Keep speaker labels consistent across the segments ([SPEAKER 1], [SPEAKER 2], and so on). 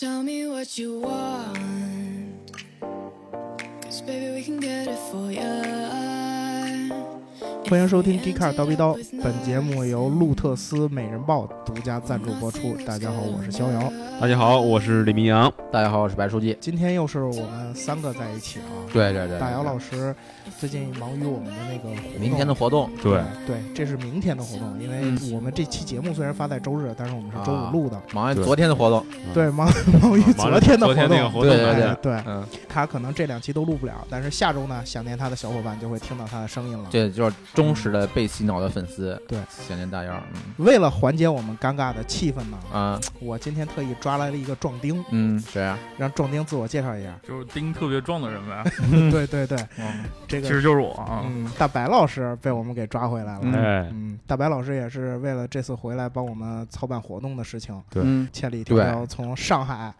[SPEAKER 1] Tell me what you want. Cause baby, we can get it for ya.
[SPEAKER 2] 欢迎收听《迪卡尔刀逼刀》，本节目由路特斯美人豹独家赞助播出。大家好，我是逍遥。
[SPEAKER 3] 大家好，我是李明阳。
[SPEAKER 4] 大家好，我是白书记。
[SPEAKER 2] 今天又是我们三个在一起啊。
[SPEAKER 4] 对对对，
[SPEAKER 2] 大姚老
[SPEAKER 4] 师，
[SPEAKER 2] 师最近忙于我们的那个活动
[SPEAKER 4] 明天的活动，
[SPEAKER 3] 对，
[SPEAKER 2] 对，这是明天的活动，因为
[SPEAKER 4] 嗯啊
[SPEAKER 2] 我们这期节目虽然发在周日，但是我们是周五录的。
[SPEAKER 4] 忙完
[SPEAKER 3] 对
[SPEAKER 4] 昨天的活动，
[SPEAKER 2] 对，忙
[SPEAKER 4] 嗯
[SPEAKER 2] 忙于昨天的活
[SPEAKER 3] 昨天那个
[SPEAKER 2] 动。
[SPEAKER 3] 活动，
[SPEAKER 4] 对对
[SPEAKER 2] 哎对，
[SPEAKER 4] 嗯，
[SPEAKER 2] 他可能这两期都录不了，但是下周呢，想念他的小伙伴就会听到他的声音了。
[SPEAKER 4] 这就是忠实的被洗脑的粉丝，
[SPEAKER 2] 对
[SPEAKER 4] 想念大姚，嗯
[SPEAKER 2] 为了缓解我们尴尬的气氛呢，
[SPEAKER 4] 啊，
[SPEAKER 2] 我今天特意抓来了一个壮丁，
[SPEAKER 4] 嗯，谁啊？
[SPEAKER 2] 让壮丁自我介绍一下。
[SPEAKER 5] 就是丁特别壮的人呗，
[SPEAKER 2] 对对对，
[SPEAKER 5] 嗯
[SPEAKER 2] 这
[SPEAKER 5] 其
[SPEAKER 2] 个
[SPEAKER 5] 实就是我啊。
[SPEAKER 2] 嗯，大白老师被我们给抓回来了。
[SPEAKER 3] 哎，
[SPEAKER 2] 嗯，大白老师也是为了这次回来帮我们操办活动的事情，
[SPEAKER 3] 对
[SPEAKER 4] 嗯
[SPEAKER 2] 千里迢�迢从上海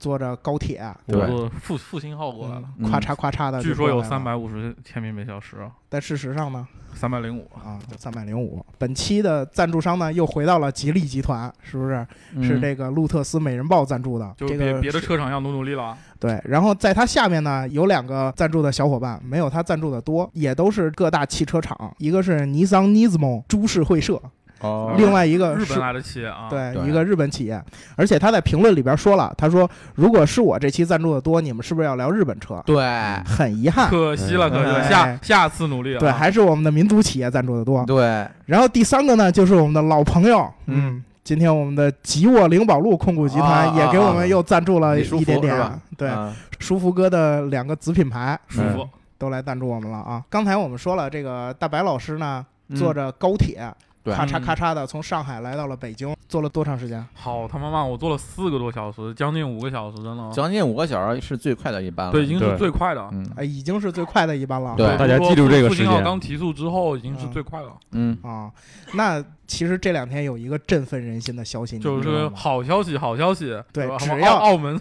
[SPEAKER 2] 坐着高铁，
[SPEAKER 3] 对
[SPEAKER 5] 我坐复复兴号过来了，
[SPEAKER 2] 嗯
[SPEAKER 4] 嗯
[SPEAKER 2] 咔嚓咔嚓的。
[SPEAKER 5] 据说有三，百五十千米每小时，
[SPEAKER 2] 但事实上呢，
[SPEAKER 5] 三百零五。
[SPEAKER 2] 啊，三百零五。本期的赞助商呢，又回到了吉利集团，是不是？
[SPEAKER 4] 嗯
[SPEAKER 2] 是这个路特斯美人豹赞助的。
[SPEAKER 5] 就
[SPEAKER 2] 这
[SPEAKER 5] 别、
[SPEAKER 2] 个
[SPEAKER 5] 别的
[SPEAKER 2] 是
[SPEAKER 5] 车厂要努努力了，
[SPEAKER 2] 对，然后在他下面呢，有两个赞助的小伙伴，没有他赞助的多，也都是各大汽车厂，一个是尼桑 Nismo 株式会社，
[SPEAKER 4] 哦，
[SPEAKER 2] 另外一个
[SPEAKER 5] 日
[SPEAKER 2] 呃是
[SPEAKER 5] 本来的企业啊，，
[SPEAKER 2] 对
[SPEAKER 4] 对
[SPEAKER 2] 一个日本企业，而且他在评论里边说了，他说如果是我这期赞助的多，你们是不是要聊日本车？
[SPEAKER 4] 对
[SPEAKER 2] 很遗憾。
[SPEAKER 5] 可惜了，可惜了，
[SPEAKER 2] 哎
[SPEAKER 5] 下下次努力啊。
[SPEAKER 2] 对，还是我们的民族企业赞助的多。
[SPEAKER 4] 对，
[SPEAKER 2] 然后第三个呢，就是我们的老朋友，
[SPEAKER 4] 嗯，
[SPEAKER 2] 今天我们的吉沃灵宝路控股集
[SPEAKER 4] 啊
[SPEAKER 2] 团
[SPEAKER 4] 啊
[SPEAKER 2] 也给我们又赞助了
[SPEAKER 4] 李书
[SPEAKER 2] 一点
[SPEAKER 4] 福
[SPEAKER 2] 点
[SPEAKER 4] 是吧，
[SPEAKER 2] 对，
[SPEAKER 4] 啊
[SPEAKER 2] 舒服哥的两个子品牌，
[SPEAKER 5] 舒
[SPEAKER 3] 嗯
[SPEAKER 5] 服，
[SPEAKER 2] 都来赞助我们了啊！刚才我们说了，这个大白老师呢，
[SPEAKER 4] 嗯
[SPEAKER 2] 坐着高铁，
[SPEAKER 4] 对
[SPEAKER 5] 嗯
[SPEAKER 2] 咔嚓咔嚓的从上海来到了北京，坐了多长时间？
[SPEAKER 5] 好他妈慢，我坐了四个多小时，将近五个小时，真的。
[SPEAKER 2] 嗯
[SPEAKER 4] 将近五个小时是最快的一班了，
[SPEAKER 5] 对，已经
[SPEAKER 3] 对
[SPEAKER 5] 是最快的。
[SPEAKER 4] 嗯
[SPEAKER 2] 哎，已经是最快的一班了。
[SPEAKER 4] 对
[SPEAKER 5] 就是
[SPEAKER 3] 大家
[SPEAKER 5] 说
[SPEAKER 3] 记住这个
[SPEAKER 5] 复兴
[SPEAKER 3] 时
[SPEAKER 5] 号
[SPEAKER 3] 间
[SPEAKER 5] 刚提速之后，已经是最快了。
[SPEAKER 4] 嗯，
[SPEAKER 2] 啊，那其实这两天有一个振奋人心的消息，
[SPEAKER 5] 就
[SPEAKER 2] 你知
[SPEAKER 5] 是
[SPEAKER 2] 道吗
[SPEAKER 5] 好消息，好消息。
[SPEAKER 2] 嗯对
[SPEAKER 5] 是吧
[SPEAKER 2] 只
[SPEAKER 5] 什么
[SPEAKER 2] 要
[SPEAKER 5] 澳 澳门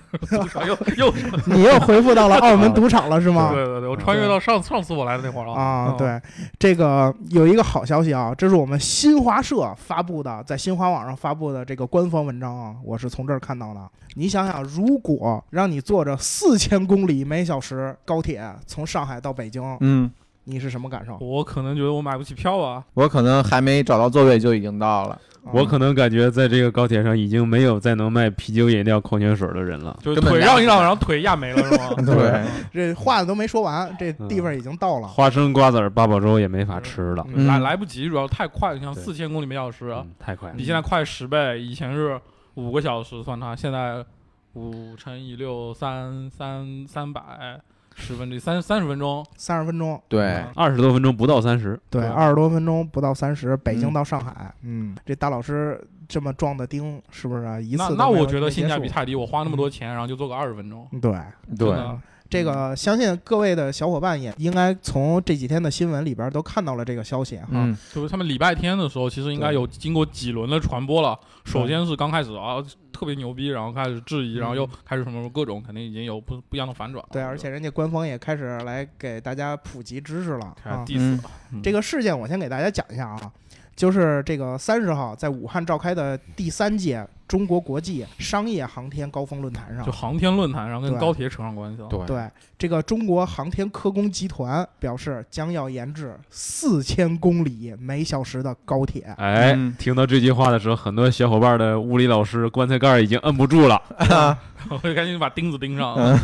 [SPEAKER 5] 又又是
[SPEAKER 2] 你又恢复到了澳门赌场了，是吗？
[SPEAKER 5] 对对对，我穿越到上 上次我来的那会儿了
[SPEAKER 2] 啊，
[SPEAKER 5] 嗯
[SPEAKER 2] 对，这个有一个好消息啊，这是我们新华社发布的，在新华网上发布的这个官方文章啊，我是从这儿看到的。你想想，如果让你坐着四千公里每小时高铁从上海到北京，
[SPEAKER 4] 嗯，
[SPEAKER 2] 你是什么感受？
[SPEAKER 5] 我可能觉得我买不起票啊，
[SPEAKER 4] 我可能还没找到座位就已经到了，
[SPEAKER 2] 啊
[SPEAKER 3] 我可能感觉在这个高铁上已经没有再能卖啤酒、饮料、矿泉水的人了。
[SPEAKER 5] 就是
[SPEAKER 4] 根本
[SPEAKER 5] 腿
[SPEAKER 4] 压
[SPEAKER 5] 让
[SPEAKER 4] 不
[SPEAKER 5] 一
[SPEAKER 4] 下
[SPEAKER 5] 让，然后腿压没了是吗？
[SPEAKER 4] 对，
[SPEAKER 2] 这话都没说完，这地方已经到了。
[SPEAKER 3] 花生、瓜子儿、八宝粥也没法吃了，
[SPEAKER 2] 啊嗯
[SPEAKER 5] 来来不及，主要太快，你像
[SPEAKER 3] 对
[SPEAKER 5] 四千公里每小时，
[SPEAKER 3] 嗯太快了
[SPEAKER 5] 啊比。现在快十倍。以前是五个小时算它，现在五乘以六三三三百十分之一三三十分钟。
[SPEAKER 2] 三十分钟，
[SPEAKER 4] 对，
[SPEAKER 3] 哎二十多分钟不到三十，
[SPEAKER 2] 对，
[SPEAKER 5] 对
[SPEAKER 2] 二十多分钟不到三十，北京
[SPEAKER 4] 嗯
[SPEAKER 2] 到上海，嗯，这大老师这么壮的钉，是不是啊一次
[SPEAKER 5] 那
[SPEAKER 2] 都
[SPEAKER 5] 那
[SPEAKER 2] 没有
[SPEAKER 5] 我觉得性价
[SPEAKER 2] 结束嗯
[SPEAKER 5] 比太低，我花那么多钱，然后就做个二十分钟。
[SPEAKER 2] 对，
[SPEAKER 4] 对
[SPEAKER 5] 真，的
[SPEAKER 2] 嗯这个相信各位的小伙伴也应该从这几天的新闻里边都看到了这个消息哈。
[SPEAKER 4] 嗯，
[SPEAKER 5] 就是他们礼拜天的时候，其实应该有经过几轮的传播了。首先是刚开始啊，特别牛逼，然后开始质疑，然后又开始什么各种，肯定已经有不不一样的反转了。
[SPEAKER 2] 嗯对，而且人家官方也开始来给大家普及知识了
[SPEAKER 5] 开始
[SPEAKER 2] 啊。
[SPEAKER 5] diss
[SPEAKER 4] 嗯
[SPEAKER 5] 了
[SPEAKER 2] 这个事件我先给大家讲一下啊，就是这个三十号在武汉召开的第三届中国国际商业航天高峰论坛上
[SPEAKER 5] 就，航天论坛，然后跟
[SPEAKER 2] 对
[SPEAKER 5] 高铁扯上关系了。
[SPEAKER 4] 对，
[SPEAKER 2] 对这个中国航天科工集团表示将要研制四千公里每小时的高铁。
[SPEAKER 3] 哎
[SPEAKER 4] 嗯，
[SPEAKER 3] 听到这句话的时候，很多小伙伴的物理老师棺材盖儿已经摁不住了。
[SPEAKER 5] 我就赶紧把钉子钉上。嗯，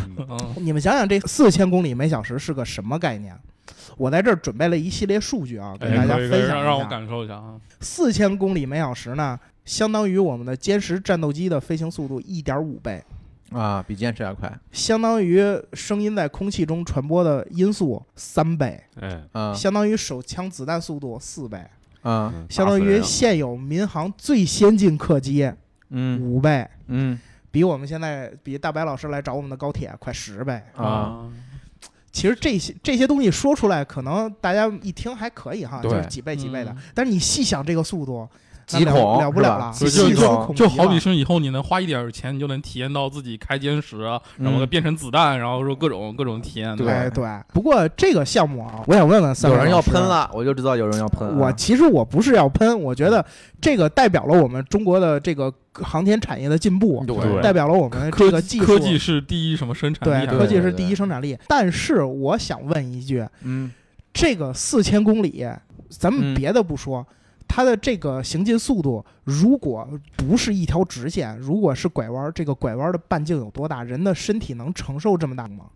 [SPEAKER 2] 你们想想，这四千公里每小时是个什么概念？我在这儿准备了一系列数据啊，给大
[SPEAKER 5] 哎
[SPEAKER 2] 家
[SPEAKER 5] 可以可以
[SPEAKER 2] 分
[SPEAKER 5] 让让我
[SPEAKER 2] 享一下。
[SPEAKER 5] 感受一下啊。
[SPEAKER 2] 四千公里每小时呢，相当于我们的歼十战斗机的飞行速度一点五倍，
[SPEAKER 4] 啊，比坚持要快，
[SPEAKER 2] 相当于声音在空气中传播的音速三倍，
[SPEAKER 3] 哎，
[SPEAKER 5] 啊
[SPEAKER 4] 嗯
[SPEAKER 2] 相当于手枪子弹速度四倍，
[SPEAKER 4] 嗯
[SPEAKER 3] 嗯
[SPEAKER 2] 相当
[SPEAKER 3] 打死
[SPEAKER 5] 啊
[SPEAKER 3] 人
[SPEAKER 2] 于
[SPEAKER 3] 了
[SPEAKER 2] 现有民航最先进客机
[SPEAKER 4] 嗯
[SPEAKER 2] 五倍，
[SPEAKER 4] 嗯
[SPEAKER 2] 比我们现在比大白老师来找我们的高铁快十倍。
[SPEAKER 4] 啊，，
[SPEAKER 2] 其实这些这些东西说出来，可能大家一听还可以哈，就
[SPEAKER 4] 对
[SPEAKER 2] 是几倍几倍的。
[SPEAKER 5] 嗯
[SPEAKER 2] 但是你细想这个速度，
[SPEAKER 4] 极
[SPEAKER 2] 那
[SPEAKER 4] 恐
[SPEAKER 2] 了了不了了，
[SPEAKER 4] 是
[SPEAKER 5] 吧
[SPEAKER 2] 细
[SPEAKER 5] 就
[SPEAKER 2] 思
[SPEAKER 4] 就
[SPEAKER 2] 恐
[SPEAKER 5] 就
[SPEAKER 2] 极
[SPEAKER 5] 好比
[SPEAKER 2] 了
[SPEAKER 5] 是以后你能花一点儿钱，你就能体验到自己开歼十，然后
[SPEAKER 4] 嗯
[SPEAKER 5] 变成子弹，然后说各种各种体验。
[SPEAKER 4] 对
[SPEAKER 2] 哎对。不过这个项目啊，我想问问三
[SPEAKER 4] 有
[SPEAKER 2] 位
[SPEAKER 4] 人要
[SPEAKER 2] 老师
[SPEAKER 4] 喷。了，我就知道有人要喷啊。
[SPEAKER 2] 我其实我不是要喷，我觉得这个代表了我们中国的这个航天产业的进步，
[SPEAKER 3] 对
[SPEAKER 2] 代表了我们
[SPEAKER 5] 科
[SPEAKER 2] 这个技术
[SPEAKER 5] 科技是第一什么生产
[SPEAKER 2] 对
[SPEAKER 5] 力？啊
[SPEAKER 2] 科
[SPEAKER 5] 还是
[SPEAKER 2] 技
[SPEAKER 4] 对
[SPEAKER 2] 是
[SPEAKER 4] 对
[SPEAKER 2] 第一
[SPEAKER 4] 对
[SPEAKER 2] 生产力。但是我想问一句，
[SPEAKER 4] 嗯，
[SPEAKER 2] 这个四千公里，咱们
[SPEAKER 4] 嗯
[SPEAKER 2] 别的不说，它的这个行进速度，如果不是一条直线，如果是拐弯，这个拐弯的半径有多大？人的身体能承受这么大吗？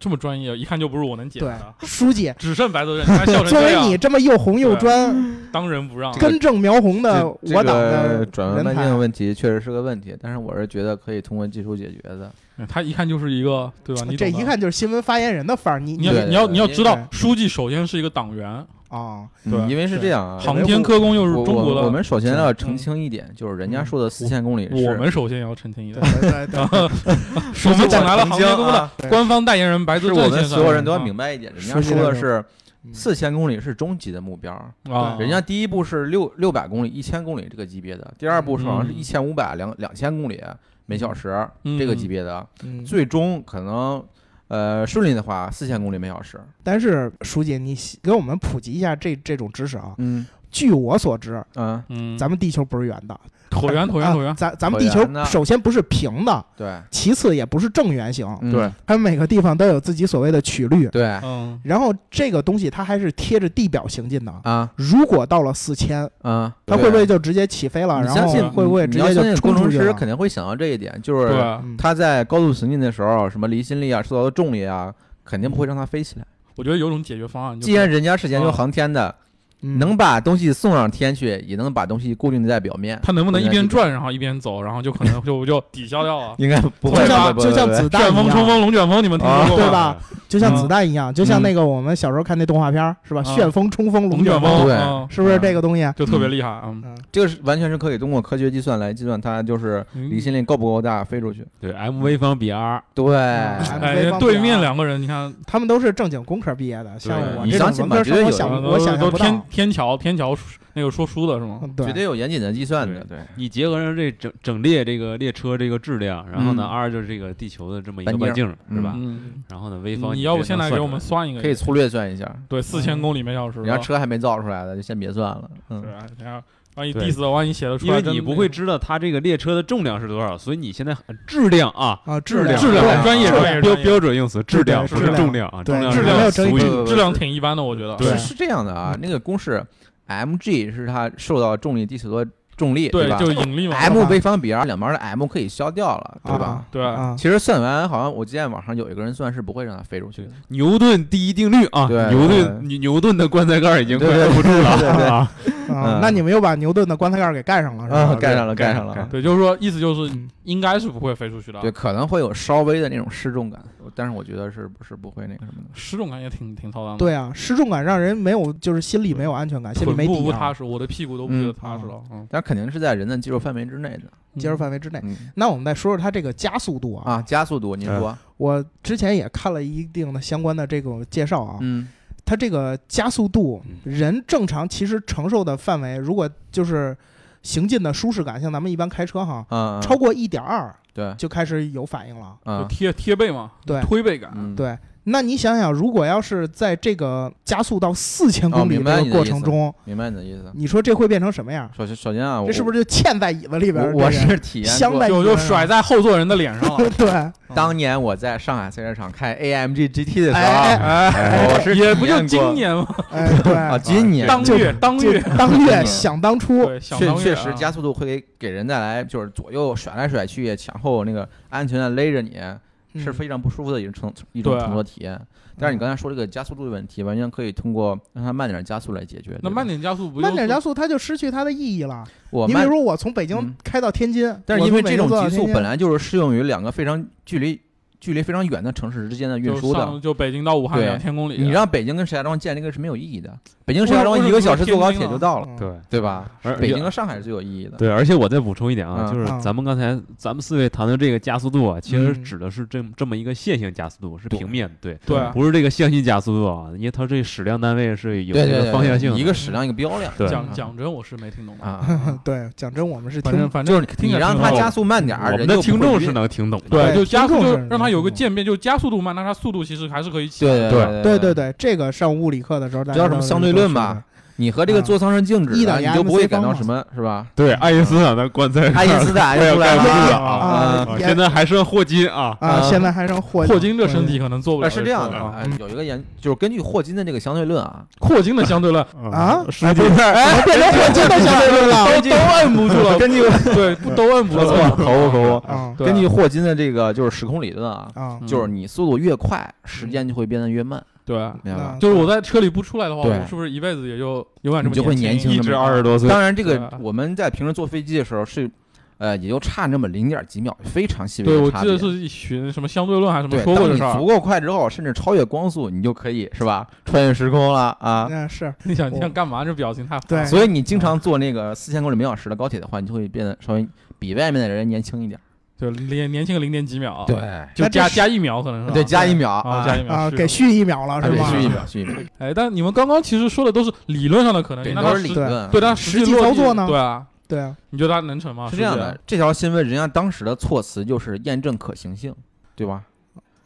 [SPEAKER 5] 这么专业，一看就不是我能解
[SPEAKER 2] 对
[SPEAKER 5] 的。，啊
[SPEAKER 2] 书记，
[SPEAKER 5] 只剩白泽任，你看笑成
[SPEAKER 2] 作
[SPEAKER 5] 这
[SPEAKER 2] 为
[SPEAKER 5] 样
[SPEAKER 2] 你，这么又红又
[SPEAKER 5] 对
[SPEAKER 2] 专、
[SPEAKER 5] 当仁不让。
[SPEAKER 2] 根正苗红的
[SPEAKER 4] 嗯这
[SPEAKER 2] 呃我党的
[SPEAKER 4] 这个转
[SPEAKER 2] 人
[SPEAKER 4] 弯半
[SPEAKER 2] 才啊
[SPEAKER 4] 径问题确实是个问题，但是我是觉得可以通过技术解决的。
[SPEAKER 5] 嗯他一看就是一个，对吧？你
[SPEAKER 2] 这
[SPEAKER 5] 懂
[SPEAKER 2] 一
[SPEAKER 5] 的，
[SPEAKER 2] 看就是新闻发言人的范儿。你
[SPEAKER 5] 你
[SPEAKER 2] 你
[SPEAKER 5] 要
[SPEAKER 4] 对
[SPEAKER 5] 你要
[SPEAKER 4] 对
[SPEAKER 5] 你要
[SPEAKER 4] 对
[SPEAKER 5] 知道
[SPEAKER 2] 对，
[SPEAKER 5] 书记首先是一个党员，
[SPEAKER 2] 啊，
[SPEAKER 5] 对
[SPEAKER 4] 嗯因为是这样啊，
[SPEAKER 5] 航天科工又是
[SPEAKER 4] 我
[SPEAKER 5] 中国
[SPEAKER 4] 我
[SPEAKER 5] 的。
[SPEAKER 4] 我们首先要澄清一点，就是
[SPEAKER 2] 嗯
[SPEAKER 4] 人家说的四千公里是
[SPEAKER 5] 我们首先要澄清一
[SPEAKER 2] 对
[SPEAKER 5] 下，
[SPEAKER 2] 对 对，
[SPEAKER 5] 我们找来了航天工的
[SPEAKER 2] 对
[SPEAKER 5] 官方代言人白
[SPEAKER 4] 啊是
[SPEAKER 5] 泽
[SPEAKER 4] 我
[SPEAKER 5] 正
[SPEAKER 4] 们
[SPEAKER 5] 先生，
[SPEAKER 4] 所有人都要
[SPEAKER 5] 啊
[SPEAKER 4] 明白一点，人家
[SPEAKER 2] 说起
[SPEAKER 4] 说
[SPEAKER 2] 来
[SPEAKER 4] 的
[SPEAKER 2] 就是嗯
[SPEAKER 4] 四千公 里是终极的目标，
[SPEAKER 5] 啊，
[SPEAKER 2] 对
[SPEAKER 4] 人家第一步是六六百公里、一千公里这个级别的，第二步是好像是
[SPEAKER 5] 嗯
[SPEAKER 4] 一千五百、两两千公里每小时这个级别的，
[SPEAKER 2] 嗯
[SPEAKER 4] 最终可能呃顺利的话四千公里每小时。
[SPEAKER 2] 但是书记，你给我们普及一下这这种知识啊。
[SPEAKER 4] 嗯
[SPEAKER 2] 据我所知，
[SPEAKER 4] 嗯，
[SPEAKER 5] 嗯，
[SPEAKER 2] 咱们地球不是圆的，
[SPEAKER 5] 椭圆椭圆
[SPEAKER 2] 啊
[SPEAKER 5] 椭圆，
[SPEAKER 2] 咱咱们
[SPEAKER 4] 椭
[SPEAKER 2] 地球
[SPEAKER 4] 圆的
[SPEAKER 2] 首先不是平的，
[SPEAKER 4] 对
[SPEAKER 2] 其次也不是正圆形，
[SPEAKER 4] 嗯
[SPEAKER 3] 对
[SPEAKER 2] 它每个地方都有自己所谓的曲率。
[SPEAKER 4] 对
[SPEAKER 5] 嗯，
[SPEAKER 2] 然后这个东西它还是贴着地表行进的。
[SPEAKER 4] 啊
[SPEAKER 2] 如果到了四千，
[SPEAKER 4] 啊，
[SPEAKER 2] 它
[SPEAKER 4] 对
[SPEAKER 2] 会不会就直接起飞了？
[SPEAKER 4] 啊你
[SPEAKER 2] 然
[SPEAKER 4] 相
[SPEAKER 2] 后
[SPEAKER 4] 信
[SPEAKER 2] 会不会
[SPEAKER 4] 你
[SPEAKER 2] 直
[SPEAKER 4] 要
[SPEAKER 2] 接
[SPEAKER 4] 相信
[SPEAKER 2] 就
[SPEAKER 4] 工
[SPEAKER 2] 冲出
[SPEAKER 4] 程
[SPEAKER 2] 去
[SPEAKER 4] 师
[SPEAKER 2] 了？
[SPEAKER 4] 肯定会想到这一点，就是
[SPEAKER 5] 对，
[SPEAKER 2] 嗯
[SPEAKER 4] 他在高度行进的时候，什么离心力啊、受到的重力啊，肯定不会让它飞起来。
[SPEAKER 5] 我觉得有种解决方案，就
[SPEAKER 4] 既
[SPEAKER 5] 是
[SPEAKER 4] 然人家是研究
[SPEAKER 5] 啊
[SPEAKER 4] 航天的，
[SPEAKER 2] 嗯
[SPEAKER 4] 能把东西送上天去，也能把东西固定在表面。
[SPEAKER 5] 他能不能一
[SPEAKER 4] 人家
[SPEAKER 5] 边
[SPEAKER 4] 是。
[SPEAKER 5] 转然后一边走，然后就可能就就抵消掉啊了
[SPEAKER 4] 应该不
[SPEAKER 2] 就
[SPEAKER 4] 会嗯吧？
[SPEAKER 2] 像就像子弹
[SPEAKER 5] 旋
[SPEAKER 2] 一
[SPEAKER 5] 风、冲
[SPEAKER 2] 样，
[SPEAKER 5] 锋、龙卷风，你们听
[SPEAKER 4] 啊
[SPEAKER 5] 说过
[SPEAKER 2] 对
[SPEAKER 5] 吗？
[SPEAKER 2] 吧？就像子弹一样，就像那个我们小时候看那动画片儿是吧？
[SPEAKER 5] 啊
[SPEAKER 2] 旋风、冲锋、龙
[SPEAKER 5] 龙
[SPEAKER 2] 卷
[SPEAKER 5] 卷
[SPEAKER 2] 风，
[SPEAKER 5] 风
[SPEAKER 4] 对
[SPEAKER 5] 嗯
[SPEAKER 2] 是不是这个东
[SPEAKER 4] 哎
[SPEAKER 2] 西？
[SPEAKER 5] 就特别厉害啊！嗯
[SPEAKER 4] 这个是完全是可以通过科学计算来计算它就是
[SPEAKER 5] 嗯
[SPEAKER 4] 离心力够不够大飞出去。
[SPEAKER 3] 对，MV 方比 R，
[SPEAKER 4] 对，
[SPEAKER 2] 嗯
[SPEAKER 5] 哎，
[SPEAKER 2] 飞
[SPEAKER 5] 人
[SPEAKER 2] 方
[SPEAKER 5] 对
[SPEAKER 2] 比
[SPEAKER 5] 面
[SPEAKER 2] 啊
[SPEAKER 5] 两个人，你看，
[SPEAKER 2] 他们都是正经工科毕业的，像
[SPEAKER 3] 对
[SPEAKER 2] 我
[SPEAKER 4] 你
[SPEAKER 2] 这
[SPEAKER 4] 想
[SPEAKER 2] 种
[SPEAKER 4] 起
[SPEAKER 2] 文
[SPEAKER 4] 吧
[SPEAKER 2] 科生，
[SPEAKER 4] 绝对
[SPEAKER 2] 我
[SPEAKER 4] 有
[SPEAKER 2] 想
[SPEAKER 5] 啊
[SPEAKER 2] 我
[SPEAKER 5] 都
[SPEAKER 2] 想象
[SPEAKER 5] 都
[SPEAKER 2] 不
[SPEAKER 5] 天
[SPEAKER 2] 到。
[SPEAKER 5] 天桥天桥书那个说书的是吗？
[SPEAKER 2] 嗯
[SPEAKER 4] 绝
[SPEAKER 2] 对
[SPEAKER 4] 对有严谨的计算的。对，
[SPEAKER 3] 你结合上这整整列这个列车这个质量，然后呢
[SPEAKER 4] 嗯
[SPEAKER 3] R 就是这个地球的这么一个
[SPEAKER 4] 半径
[SPEAKER 3] 半径是吧？
[SPEAKER 5] 嗯，
[SPEAKER 3] 然后呢 V 方
[SPEAKER 5] 你要不
[SPEAKER 3] 这
[SPEAKER 5] 现
[SPEAKER 3] 能
[SPEAKER 5] 在
[SPEAKER 3] 算
[SPEAKER 5] 给我
[SPEAKER 3] 出
[SPEAKER 5] 们
[SPEAKER 3] 来
[SPEAKER 5] 算一个，
[SPEAKER 4] 可以粗略算一下，
[SPEAKER 5] 对四千公里每小时啊
[SPEAKER 4] 人
[SPEAKER 5] 吧，
[SPEAKER 4] 家车还没造出来的，就先别算了。
[SPEAKER 5] 对
[SPEAKER 4] 嗯，
[SPEAKER 5] 啊，等下万一
[SPEAKER 3] 对
[SPEAKER 5] diss 了，万一写的出
[SPEAKER 3] 因
[SPEAKER 5] 来，
[SPEAKER 3] 为你
[SPEAKER 5] 真
[SPEAKER 3] 不
[SPEAKER 5] 那
[SPEAKER 3] 会
[SPEAKER 5] 个
[SPEAKER 3] 知道它这个列车的重量是多少，所以你现在很质量啊，
[SPEAKER 2] 啊，
[SPEAKER 3] 质
[SPEAKER 2] 量
[SPEAKER 3] 质
[SPEAKER 5] 质
[SPEAKER 3] 量
[SPEAKER 5] 量专业
[SPEAKER 2] 质量
[SPEAKER 5] 专
[SPEAKER 3] 标
[SPEAKER 5] 业专业
[SPEAKER 3] 标准用词，质量不是
[SPEAKER 2] 质量
[SPEAKER 3] 重量啊，
[SPEAKER 2] 对
[SPEAKER 3] 重量
[SPEAKER 5] 质量没
[SPEAKER 2] 有
[SPEAKER 3] 是
[SPEAKER 2] 争议
[SPEAKER 3] 俗语，
[SPEAKER 5] 质量挺一般的，我觉得。
[SPEAKER 2] 对嗯
[SPEAKER 4] 是是这样的啊，那个公式，mg 是它受到重力地球的重力，
[SPEAKER 5] 对，
[SPEAKER 4] 吧哎
[SPEAKER 5] 就引
[SPEAKER 2] 嗯
[SPEAKER 5] 力嘛。
[SPEAKER 4] ？m 微方比 r 两边的 m 可以消掉了，对吧
[SPEAKER 2] 啊？
[SPEAKER 5] 对
[SPEAKER 2] 啊，
[SPEAKER 4] 其实算完，好像我见网上有一个人算是不会让它飞出去的。
[SPEAKER 3] 牛顿第一定律啊，
[SPEAKER 4] 对
[SPEAKER 3] 牛
[SPEAKER 4] 对
[SPEAKER 3] 顿牛牛顿的棺材盖儿已经快
[SPEAKER 4] 对对
[SPEAKER 3] 摁不住了
[SPEAKER 4] 对对
[SPEAKER 3] 啊，
[SPEAKER 2] 啊
[SPEAKER 4] 嗯
[SPEAKER 2] 那你们又把牛顿的棺材盖儿给盖上了，是
[SPEAKER 4] 啊，
[SPEAKER 2] 吧？
[SPEAKER 4] 盖上了，
[SPEAKER 3] 盖
[SPEAKER 4] 盖
[SPEAKER 3] 上
[SPEAKER 4] 上了
[SPEAKER 3] 盖
[SPEAKER 4] 啊
[SPEAKER 3] 上。
[SPEAKER 5] 对，就是说意思就是
[SPEAKER 2] 嗯
[SPEAKER 5] 应该是不会飞出去的。
[SPEAKER 4] 对，，可能会有稍微的那种失重感，但是我觉得是是不会那个什么的。
[SPEAKER 5] 失重感也挺挺操蛋的。
[SPEAKER 2] 对啊，失重感让人没有，就是心里没有安全感，心里
[SPEAKER 5] 臀
[SPEAKER 2] 没
[SPEAKER 5] 部
[SPEAKER 2] 底
[SPEAKER 5] 不踏
[SPEAKER 2] 啊，
[SPEAKER 5] 实，我的屁股都不觉得踏实了。嗯，
[SPEAKER 4] 但肯定是在人的技术范围之内的。
[SPEAKER 2] 接受范围之内。
[SPEAKER 4] 嗯
[SPEAKER 2] 那我们再说说它这个加速度啊
[SPEAKER 4] 啊，，加速度，您说，
[SPEAKER 2] 我之前也看了一定的相关的这种介绍啊，
[SPEAKER 4] 嗯
[SPEAKER 2] 它这个加速度，
[SPEAKER 5] 嗯
[SPEAKER 2] 人正常其实承受的范围，如果就是行进的舒适感，像咱们一般开车哈，
[SPEAKER 4] 啊，
[SPEAKER 2] 超过一点二
[SPEAKER 4] 对，
[SPEAKER 2] 就开始有反应了。
[SPEAKER 5] 就
[SPEAKER 4] 啊，
[SPEAKER 5] 贴贴背嘛，
[SPEAKER 2] 对
[SPEAKER 5] 推背感。
[SPEAKER 4] 嗯，
[SPEAKER 2] 啊对，那你想想，如果要是在这个加速到四千公里
[SPEAKER 4] 哦明白
[SPEAKER 2] 这
[SPEAKER 4] 你
[SPEAKER 2] 个
[SPEAKER 4] 的
[SPEAKER 2] 过
[SPEAKER 4] 意
[SPEAKER 2] 程
[SPEAKER 4] 思
[SPEAKER 2] 中，
[SPEAKER 4] 明白你的意思。
[SPEAKER 2] 你说这会变成什么样？
[SPEAKER 4] 首先，首先啊，
[SPEAKER 2] 这是不
[SPEAKER 4] 是
[SPEAKER 2] 是就嵌在椅子里边儿
[SPEAKER 4] 我
[SPEAKER 2] 这人？
[SPEAKER 4] 我是体验
[SPEAKER 2] 镶
[SPEAKER 4] 过
[SPEAKER 2] 在
[SPEAKER 5] 就就甩在后座人的脸
[SPEAKER 2] 嗯
[SPEAKER 5] 上了，
[SPEAKER 2] 对，
[SPEAKER 4] 当年我在上海赛车场开 AMG GT 的时
[SPEAKER 2] 哎
[SPEAKER 4] 候，
[SPEAKER 5] 哎
[SPEAKER 4] 我是
[SPEAKER 5] 也
[SPEAKER 4] 体
[SPEAKER 5] 不就
[SPEAKER 4] 验过
[SPEAKER 5] 今年吗？
[SPEAKER 2] 哎对，
[SPEAKER 4] 啊，今年
[SPEAKER 5] 当
[SPEAKER 4] 就
[SPEAKER 5] 月当
[SPEAKER 2] 就
[SPEAKER 5] 月，
[SPEAKER 2] 当月想当初，
[SPEAKER 5] 对，想
[SPEAKER 4] 确
[SPEAKER 5] 当月
[SPEAKER 4] 确
[SPEAKER 5] 啊
[SPEAKER 4] 实加速度会给给人带来就是左右甩来甩去，前后那个安全的勒着你，
[SPEAKER 2] 嗯
[SPEAKER 4] 是非常不舒服的一种乘一种
[SPEAKER 5] 对
[SPEAKER 4] 乘坐体验。但是你刚才说这个加速度的问题，完全可以通过让它慢点加速来解决。对吧
[SPEAKER 5] 那慢，点加速不
[SPEAKER 2] 慢点加
[SPEAKER 5] 速？
[SPEAKER 2] 速它就失去它的意义了。
[SPEAKER 4] 我
[SPEAKER 2] 你比
[SPEAKER 4] 慢
[SPEAKER 2] 如，说我从北京
[SPEAKER 4] 嗯
[SPEAKER 2] 开到天津，
[SPEAKER 4] 但是
[SPEAKER 2] 我
[SPEAKER 4] 因为
[SPEAKER 2] 从北
[SPEAKER 4] 这
[SPEAKER 2] 京
[SPEAKER 4] 种
[SPEAKER 2] 坐到
[SPEAKER 4] 极速
[SPEAKER 2] 天津嗯
[SPEAKER 4] 本来就是适用于两个非常距离距离非常远的城市之间的运
[SPEAKER 5] 就
[SPEAKER 4] 输的
[SPEAKER 5] 上，就北京到武汉
[SPEAKER 4] 对
[SPEAKER 5] 两千公里，啊
[SPEAKER 4] 你让北京跟石家庄建这个是没有意义的。北京石家庄
[SPEAKER 5] 不是
[SPEAKER 4] 一个小时
[SPEAKER 5] 不是
[SPEAKER 4] 坐高
[SPEAKER 5] 天津
[SPEAKER 4] 铁
[SPEAKER 5] 啊
[SPEAKER 4] 就到了，
[SPEAKER 2] 嗯，
[SPEAKER 3] 对
[SPEAKER 4] 对吧？
[SPEAKER 3] 而
[SPEAKER 4] 北京和上海是最有意义的。
[SPEAKER 3] 对，而且我再补充一点啊，
[SPEAKER 4] 嗯
[SPEAKER 3] 就是
[SPEAKER 2] 嗯
[SPEAKER 3] 咱们刚才咱们四位谈的这个加速度啊，其实
[SPEAKER 2] 嗯。
[SPEAKER 3] 指的是这么这么一个线性加速度，是
[SPEAKER 4] 对
[SPEAKER 3] 平面对，
[SPEAKER 5] 对
[SPEAKER 3] 不是这个向心加速度啊，因为它这矢量单位是有
[SPEAKER 4] 对
[SPEAKER 3] 这
[SPEAKER 4] 对
[SPEAKER 3] 个
[SPEAKER 4] 对
[SPEAKER 3] 方向性的，
[SPEAKER 4] 一个矢量一个标量
[SPEAKER 3] 对
[SPEAKER 5] 讲讲真，我是没听懂。
[SPEAKER 4] 啊
[SPEAKER 2] 对，讲真，我们是
[SPEAKER 5] 反正
[SPEAKER 2] 听
[SPEAKER 5] 反
[SPEAKER 4] 就
[SPEAKER 5] 正
[SPEAKER 4] 是你让他加速慢点儿，
[SPEAKER 3] 我
[SPEAKER 4] 人
[SPEAKER 3] 们的
[SPEAKER 4] 就不
[SPEAKER 3] 听
[SPEAKER 4] 会
[SPEAKER 3] 众
[SPEAKER 4] 晕
[SPEAKER 3] 是能听懂的，啊
[SPEAKER 5] 对，就加速
[SPEAKER 2] 听众
[SPEAKER 5] 就是让它有个渐变，就加速度慢，但是它速度其实还是可以起。
[SPEAKER 3] 对
[SPEAKER 4] 对对
[SPEAKER 2] 对对，对，这个上物理课的时候大家
[SPEAKER 4] 叫什么
[SPEAKER 2] 都
[SPEAKER 4] 相对论吧？你和这个做苍生静止
[SPEAKER 2] 啊一
[SPEAKER 4] 的，
[SPEAKER 2] 等于
[SPEAKER 4] 你就不会
[SPEAKER 2] MC
[SPEAKER 4] 感到
[SPEAKER 2] 方嘛
[SPEAKER 4] 什么是吧？
[SPEAKER 3] 对，爱因斯坦的棺材
[SPEAKER 4] 爱因斯 坦
[SPEAKER 3] 快要
[SPEAKER 4] 又出
[SPEAKER 3] 盖
[SPEAKER 4] 来
[SPEAKER 3] 不住
[SPEAKER 4] 了
[SPEAKER 3] 了
[SPEAKER 2] 都
[SPEAKER 3] 啊！
[SPEAKER 2] 啊
[SPEAKER 3] 啊
[SPEAKER 2] 也
[SPEAKER 3] 现在还剩霍金啊，
[SPEAKER 2] 啊，
[SPEAKER 4] 啊
[SPEAKER 2] 现在还剩霍
[SPEAKER 5] 霍金这身体可能做不 了。
[SPEAKER 4] 哎，是这样的，
[SPEAKER 5] 啊，
[SPEAKER 4] 哎有一个研，就是根据霍金的这个相对论啊，
[SPEAKER 5] 霍金的 相对论，
[SPEAKER 2] 啊，
[SPEAKER 3] 世界
[SPEAKER 2] 哎，变成霍金的相对论了
[SPEAKER 5] 都都摁不住 了，
[SPEAKER 4] 根据
[SPEAKER 5] 对，不都摁不住
[SPEAKER 4] 说错了，
[SPEAKER 5] 了。
[SPEAKER 4] 口误口误，
[SPEAKER 2] 啊
[SPEAKER 5] 对
[SPEAKER 4] 根据霍金的这个就是时空理论啊，
[SPEAKER 2] 啊
[SPEAKER 4] 就是你速度越快，时间就会变得越慢，
[SPEAKER 5] 对，
[SPEAKER 4] 明白吧？
[SPEAKER 5] 就是我在车里不出来的话，
[SPEAKER 4] 对
[SPEAKER 5] 我是不是一辈子也就永远这么
[SPEAKER 4] 你就会年轻
[SPEAKER 5] 轻？
[SPEAKER 3] 一直二十多岁，
[SPEAKER 4] 当然，这个
[SPEAKER 5] 对啊
[SPEAKER 4] 我们在平时坐飞机的时候是，呃，也就差那么零点几秒，非常细微
[SPEAKER 5] 对，我
[SPEAKER 4] 的差
[SPEAKER 5] 记
[SPEAKER 4] 别
[SPEAKER 5] 得。是学什么相对论啊还是什么
[SPEAKER 4] 对，
[SPEAKER 5] 说
[SPEAKER 4] 当
[SPEAKER 5] 过这
[SPEAKER 4] 你
[SPEAKER 5] 事儿
[SPEAKER 4] 足。够快之后，甚至超越光速，你就可以是吧？穿越时空了啊！
[SPEAKER 2] 那是
[SPEAKER 5] 你想你想干嘛？这表情太
[SPEAKER 2] 对，
[SPEAKER 4] 所以你经常坐那个四千公里每小时的高铁的话，你就会变得稍微比外面的人年轻一点。
[SPEAKER 5] 就年年轻个零点几秒，，
[SPEAKER 4] 对，
[SPEAKER 5] 就
[SPEAKER 2] 那这
[SPEAKER 5] 加
[SPEAKER 2] 是
[SPEAKER 5] 加一秒可能是吧
[SPEAKER 4] 对，加一秒
[SPEAKER 5] 啊，加一秒
[SPEAKER 2] 啊，
[SPEAKER 5] 是
[SPEAKER 2] 给续一秒了
[SPEAKER 4] 啊
[SPEAKER 2] 是
[SPEAKER 4] 对
[SPEAKER 2] 吗？
[SPEAKER 4] 续一秒，续一秒，
[SPEAKER 5] 哎，但你们刚刚其实说的都是理论上的可能性，
[SPEAKER 4] 对，
[SPEAKER 5] 那
[SPEAKER 4] 都
[SPEAKER 5] 它
[SPEAKER 4] 是理
[SPEAKER 5] 实
[SPEAKER 4] 论。
[SPEAKER 5] 对，但
[SPEAKER 2] 实际
[SPEAKER 5] 落
[SPEAKER 2] 操
[SPEAKER 5] 地
[SPEAKER 2] 作呢
[SPEAKER 5] 对啊，
[SPEAKER 2] 对啊，
[SPEAKER 5] 你觉得它能成吗？
[SPEAKER 4] 是这样
[SPEAKER 5] 实际
[SPEAKER 4] 的，这条新闻人家当时的措辞就是验证可行性，对吧？